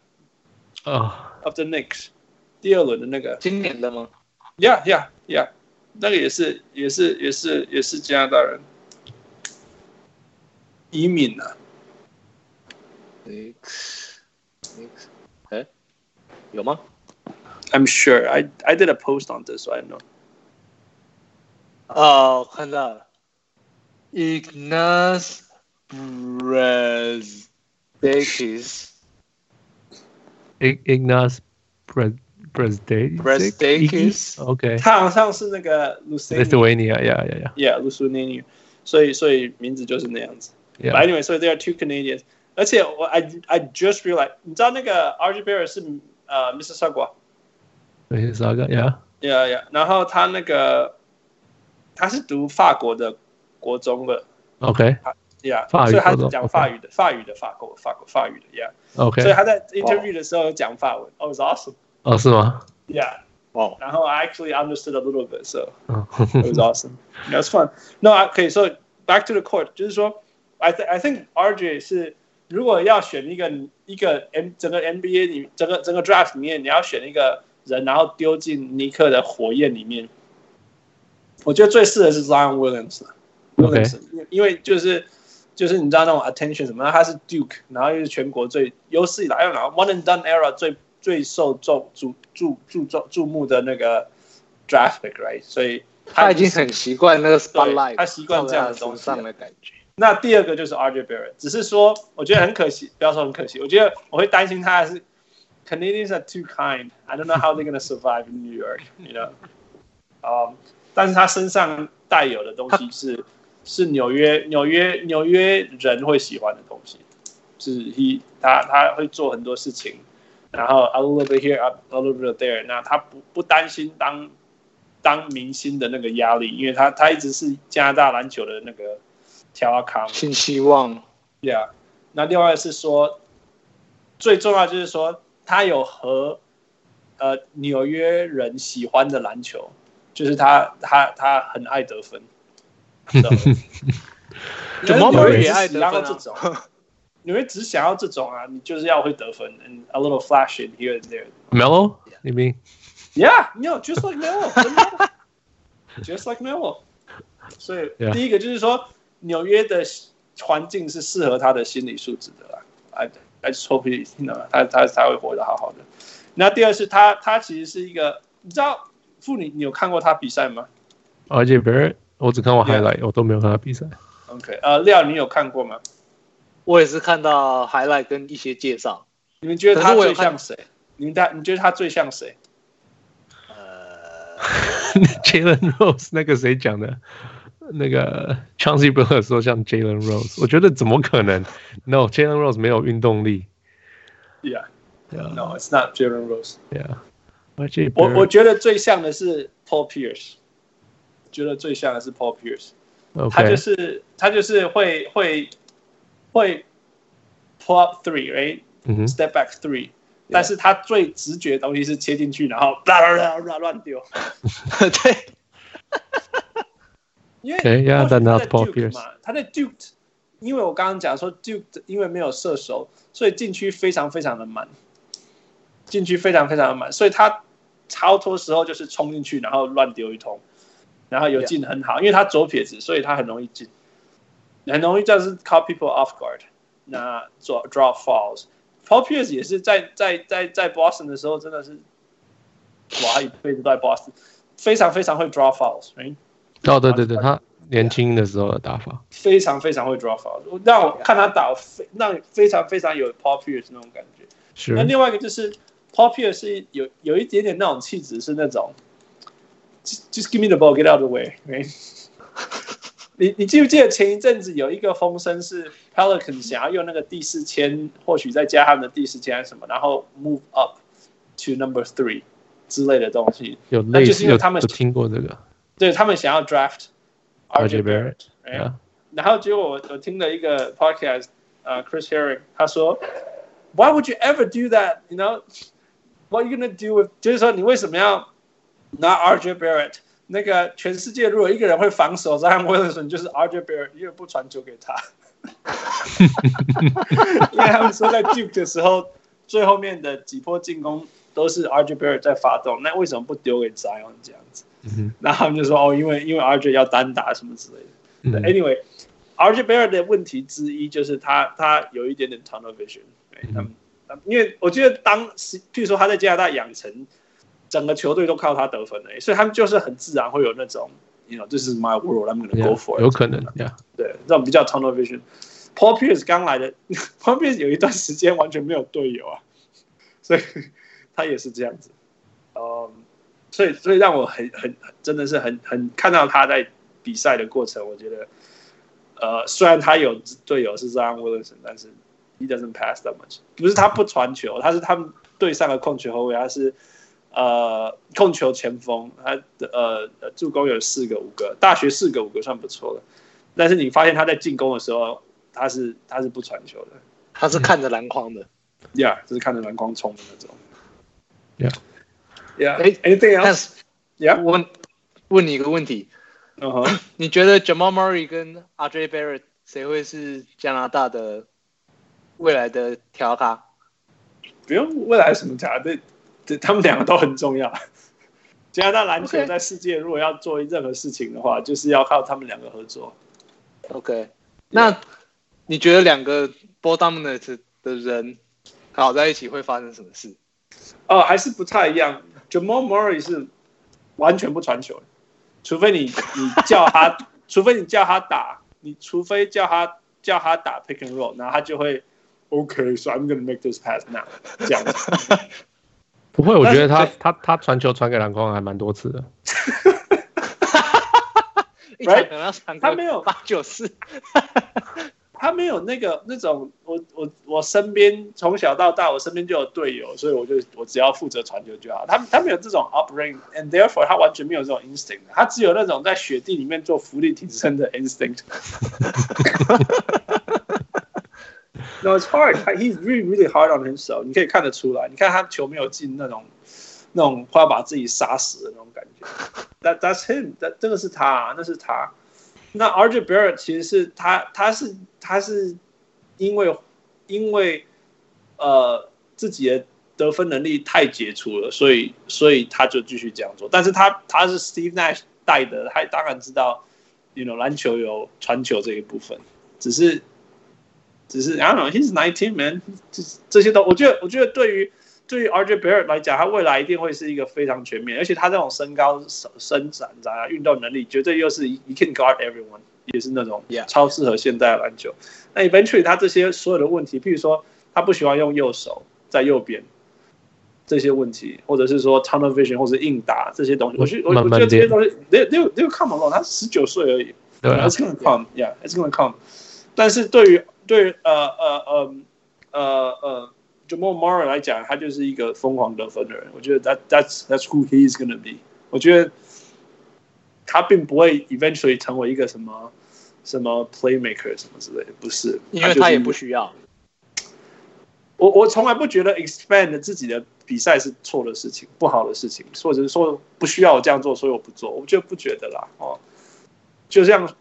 啊 of the Knicks，第二轮的那个今年的吗？ ，Yeah Yeah Yeah，那个也是也是也是也是加拿大人，移民啊。 X X，哎，有吗？ I'm sure I I did a post on this, so I know. 哦，我看到了，Ignaz Brazdakis ，Ignas Braz Brazdeikis。 Brazdakis， OK，他好像是那个 Lucini，yeah Lithuania，呀呀呀 Lucini，所以所以名字就是那样子。But ，Yeah， anyway, so there are two Canadians. 而且我 I I just realized，你知道那个 RJ b e r r 是呃 Mississauga，那是啥个？Yeah， yeah yeah，然后他那个他是读法国的国中的 OK ，yeah，法语所以他国是中讲 OK 法语的，法语的法国法国法语的，yeah， OK，所以他在 interview 的时候有讲法文，Oh, it's awesome, 哦是吗？ yeah. 哦，然后 I actually understood a little bit, so. 嗯 it was awesome. That was fun. No, I- okay. So back to the court，就是说，I th I think RJ 是如果要选一个一个 N 整个 NBA 里整个整个 draft 里面，你要选一个人，然后丢进尼克的火焰里面，我觉得最适合是 Zion Williams 啦。 OK Williams，因为因为就是就是你知道那种 attention 什么，他是 Duke，然后又是全国最有史以来，然后 One and Done era 最最受重注注注注注目的那个 draft pick，right？所以他已经很习惯那个 spotlight，他习惯这样的东西照在他身上的感觉。那第二个就是 RJ Barrett，只是说我觉得很可惜，不要说很可惜，我觉得我会担心他是 Canadians are too kind. I don't know how they're gonna survive in New York, you know. 啊、但是他身上带有的东西是是纽约纽约纽约人会喜欢的东西，是 he 他他会做很多事情，然后 a little bit here, a little bit there。那他不不担心当当明星的那个压力，因为他他一直是加拿大篮球的那个条阿康。新希望 Yeah，那另外是说，最重要就是说，他有和呃纽约人喜欢的篮球，就是他他他很爱得分， 你知道吗怎么你会也只爱想得要分这啊？种，你会只想要这种啊，你就是要会得分，and a little flash in here and there。 Melo, you mean? Yeah, no, just like Melo, 真的 just like Melo。所以 Yeah. 第一个就是说，纽约的环境是适合他的心理素质的啦。I I just hope he, you know, 他他他会活得好好的。那第二是他他其实是一个，你知道妇女，你有看过他比赛吗 RJ Barrett，我只看过 Yeah. highlight，、我都没有看他比赛。 ？OK，呃，廖，你有看过吗？我也是看到 highlight 跟一些介绍，你们觉得他可是我有最像谁？你们大你觉得他最像谁？呃， Jalen Rose 那个谁讲的？那个 Chauncey Billups 说像 Jalen Rose，我觉得怎么可能？No，Jalen Rose 没有运动力。 Yeah, Yeah. no, it's not Jalen Rose. Yeah，而且我我觉得最像的是 Paul Pierce，觉得最像的是 Paul Pierce。他就 OK 是他就是会会会 pull up three right 嗯哼 step back three，、但是他最直觉的东西是切进去，然后啦啦啦啦乱丢。 对，因为 Okay, yeah, 过去他 that not 在 Paul Duke 嘛，他在 Duke，因为我刚刚讲说 Duke 因为没有射手，所以禁区非常非常的满，禁区非常非常的满，所以他超多时候就是冲进去，然后乱丢一通，然后有 Yeah. 进很好，因为他左撇子，所以他很容易进，很容易就是 caught people off guard，那 draw draw fouls。Paul Pierce 也是在在在在 Boston 的时候，真的是，哇，他一辈子都在 Boston，非常非常会 draw fouls，right？哦，对对对，他年轻的时候的打法。非常非常会 draw foul，我让我看他打，我非让非常非常有 Paul Pierce 那种感觉。是那另外一个就是 Paul Pierce 是有有一点点那种气质，是那种 just just give me the ball, get out of the way、你你记不记得前一阵子有一个风声是 Pelican 想要用那个第四签，或许再加他们的第四签还是什么，然后 move up to number three 之类的东西，有那类就是似因为有他们有听过这个对他们想要 draft Barrett，RJ Barrett。啊 right？ Yeah，然后结果我我听了一个 podcast，呃、c h r i s Herring 他说，Why would you ever do that? You know, what are you gonna do with？就是说你为什么要拿 RJ Barrett？那个全世界如果一个人会防守 Zion Williamson，就是 RJ Barrett，因为不传球给他。 因为他们说在 Duke 的时候，最后面的几波进攻都是 RJ Barrett 在发动，那为什么不丢给 Zion 这样子？嗯然后他们就说哦，因为因为 RJ 要单打什么之类的。对哼嗯，Anyway，RJ Barrett 的问题之一就是他他有一点点 tunnel vision，对嗯他们他们因为我觉得当时，譬如说他在加拿大养成，整个球队都靠他得分的，所以他们就是很自然会有那种，you know，this is my world，I'm gonna go for it，，Yeah，有可能，Yeah。对，这种比较 tunnel vision。Paul Pierce 刚来的 ，Paul Pierce 有一段时间完全没有队友啊，所以他也是这样子。嗯、所以所以让我很很真的是很很看到他在比赛的过程，我觉得，呃，虽然他有队友是 Zion Williamson，但是 he doesn't pass that much。不是他不传球，他是他们队上的控球后卫，他是呃控球前锋，他的呃呃助攻有四个五个，大学四个五个算不错了。但是你发现他在进攻的时候，他是他是不传球的他是看着篮筐的。 ，Yeah，就是看着篮筐冲的那种。 Yeah. Yeah. 哎 Anything 但 else? 是 Yeah. 我问问你一个问题，嗯哼。你觉得 Jamal Murray 跟 RJ Barrett 谁会是加拿大的未来的调咖？不用未来什么加，对，对他们两个都很重要。 加拿大篮球 OK 在世界如果要做任何事情的话，就是要靠他们两个合作。 OK，那你觉得两个 ball dominant 的人搞在一起会发生什么事？哦，还是不太一样。Jamal Murray 是完全不传球的，除非你你叫他， 除非你叫他打，你除非叫他叫他打 pick and roll，然后他就会 OK，so、I'm gonna make this pass now 这样子。不会，我但觉是得他对他他传球传给篮筐还蛮多次的。一场可能要传他没有个八九次，他没有那个那种，我我我身边从小到大，我身边就有队友，所以我就我只要负责传球就好。他他没有这种 upbringing，and therefore 他完全没有这种 instinct，他只有那种在雪地里面做浮力挺身的 instinct。no, it's hard. He's really really hard on himself. 你可以看得出来，你看他球没有进那种那种快要把自己杀死的那种感觉。That that's him，that 这个是他，那是他。那 RJ Barrett 其实是他，他是他是因为因为呃自己的得分能力太杰出了，所以所以他就继续这样做。但是他他是 Steve Nash 带的，他当然知道，you know 篮球有传球这一部分，只是只是 I don't know，he's nineteen man，这这些都我觉得我觉得对于对于 RJ Barrett 来讲，他未来一定会是一个非常全面，而且他这种身高、手伸展啊、运动能力，绝对又是 you can guard everyone，也是那种 Yeah. 超适合现代的篮球。那 eventually 他这些所有的问题，譬如说他不喜欢用右手在右边这些问题，或者是说 tunnel vision 或者硬打这些东西，我觉得我慢我觉慢得这些练东西，they they they come along，他十九岁而已，对啊 i t，s gonna come, yeah, it's gonna come. 但是对于对于呃呃呃呃呃 Jamal Murray 来讲，他就是一个疯狂得分的人。我觉得 that that's that's who he is gonna be。我觉得他并不会 eventually 成为一个什么什么 playmaker 什么之类的，不是，因为就他是也不需要。我我从来不觉得 expand 自己的比赛是错的事情，不好的事情，或者是说不需要我这样做，所以我不做，我就不觉得啦。哦，就像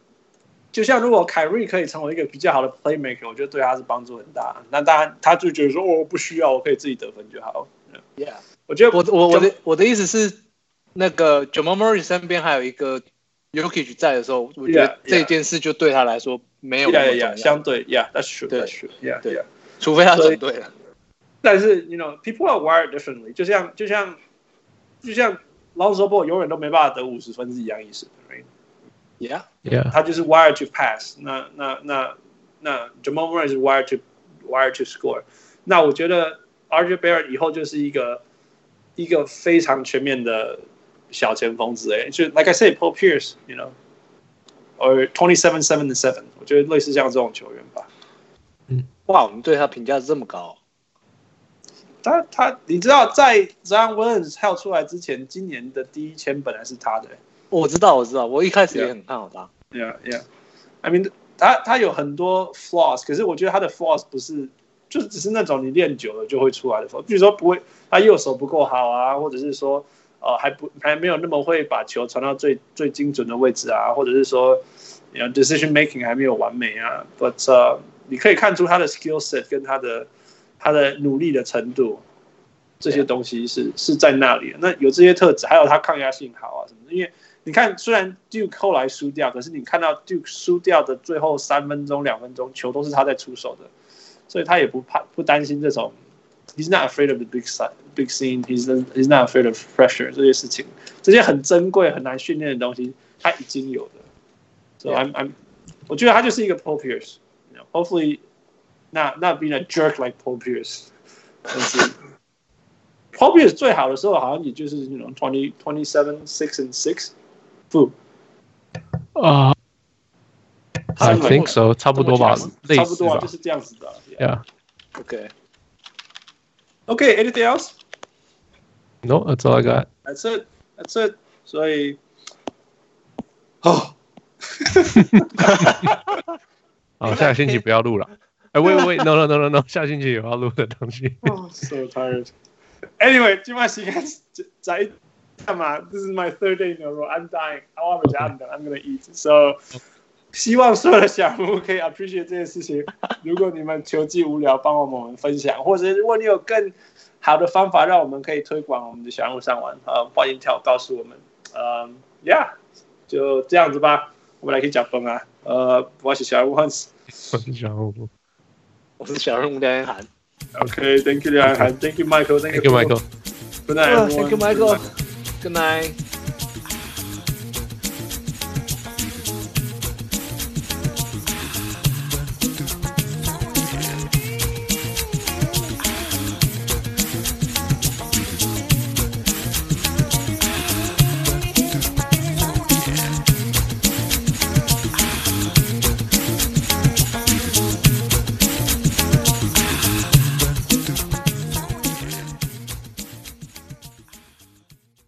就像如果凯瑞可以成为一个比较好的 playmaker，我觉得对他是帮助很大。那当然，他就觉得说，哦，我不需要，我可以自己得分就好。嗯 Yeah，我觉得我我我的我的意思是，那个 Jamal Murray 身边还有一个 Yokich 在的时候，我觉 Yeah, yeah. 得这件事就对他来说没有那么 yeah, 重 yeah, 要 yeah, 相对，yeah, that's true, 对 that's true, yeah, 对 yeah. 除非他所以整对了。但是，you know, people are wired differently 就。像就像就像 Lonzo Ball 永远都没办法得五十分是一样意思，right？ Yeah， Yeah，他就是 wired to pass 那。那那那 Jamal Murray 是 wired to wired to score。那我觉得 RJ Barrett 以后就是一个一个非常全面的小前锋之类，就 like I said Paul Pierce，you know。or twenty seven seven and seven，我觉得类似像这种球员吧。哇，我们对他评价这么高，他他，你知道在 Zion Williams 跳出来之前，今年的第一签本来是他的、欸我知道我知道，我一开始也很看好他。 Yeah, yeah. I mean，他他有很多 flaws，可是我觉得他的 flaws 不是，就只是那种你练久了就会出来的 flaws。比如说不会，他右手不够好啊，或者是说，呃，还不还没有那么会把球传到最最精准的位置啊，或者是说，you know, decision making 还没有完美啊。But、uh, 你可以看出他的 skill set 跟他的他的努力的程度。这些东西是是在那里的，那有这些特质，还有他抗压性好啊什么的。因为你看，虽然 Duke 后来输掉，可是你看到 Duke 输掉的最后三分钟、两分钟，球都是他在出手的，所以他也不怕、不担心这种。He's not afraid of the big side, big scene. He's he's not afraid of pressure 这些事情，这些很珍贵、很难训练的东西，他已经有的。So I'm I'm，我觉得他就是一个 Paul Pierce. You know, hopefully, not not being a jerk like Paul Pierce. 但是 Paul Pierce 最好的时候，好像也就是 you know twenty twenty seven six and six，不，啊，I 三个 think so，差不多吧，类差不似多啊，吧就是这样子的。Yeah. ，Yeah。 OK， Okay, anything else? No, that's all I got. That's it. That's it. 所以，哦，好，下个星期不要录了。哎，喂喂喂，no no no no no，下星期有要录的东西。 so tired. Anyway，今晚时间在干嘛？This is my third day in a row. I'm dying. I want to I'm done. I'm gonna eat. So，希望所有的小人物可以 appreciate 这件事情。如果你们球技无聊，帮我们分享，或者如果你有更好的方法，让我们可以推广我们的小人物上玩，呃，欢迎跳告诉我们。嗯、y e a h 就这样子吧。我们来去讲分啊。呃，我是小人物 Hans。然后我是小人物廖彦涵。 OK，Thank、y o u 梁涵，Thank you Michael。 ，Thank you, Michael. Good night, Ah, everyone. thank you, Michael. Good night.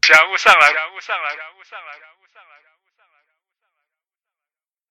Chào buổi sáng lành.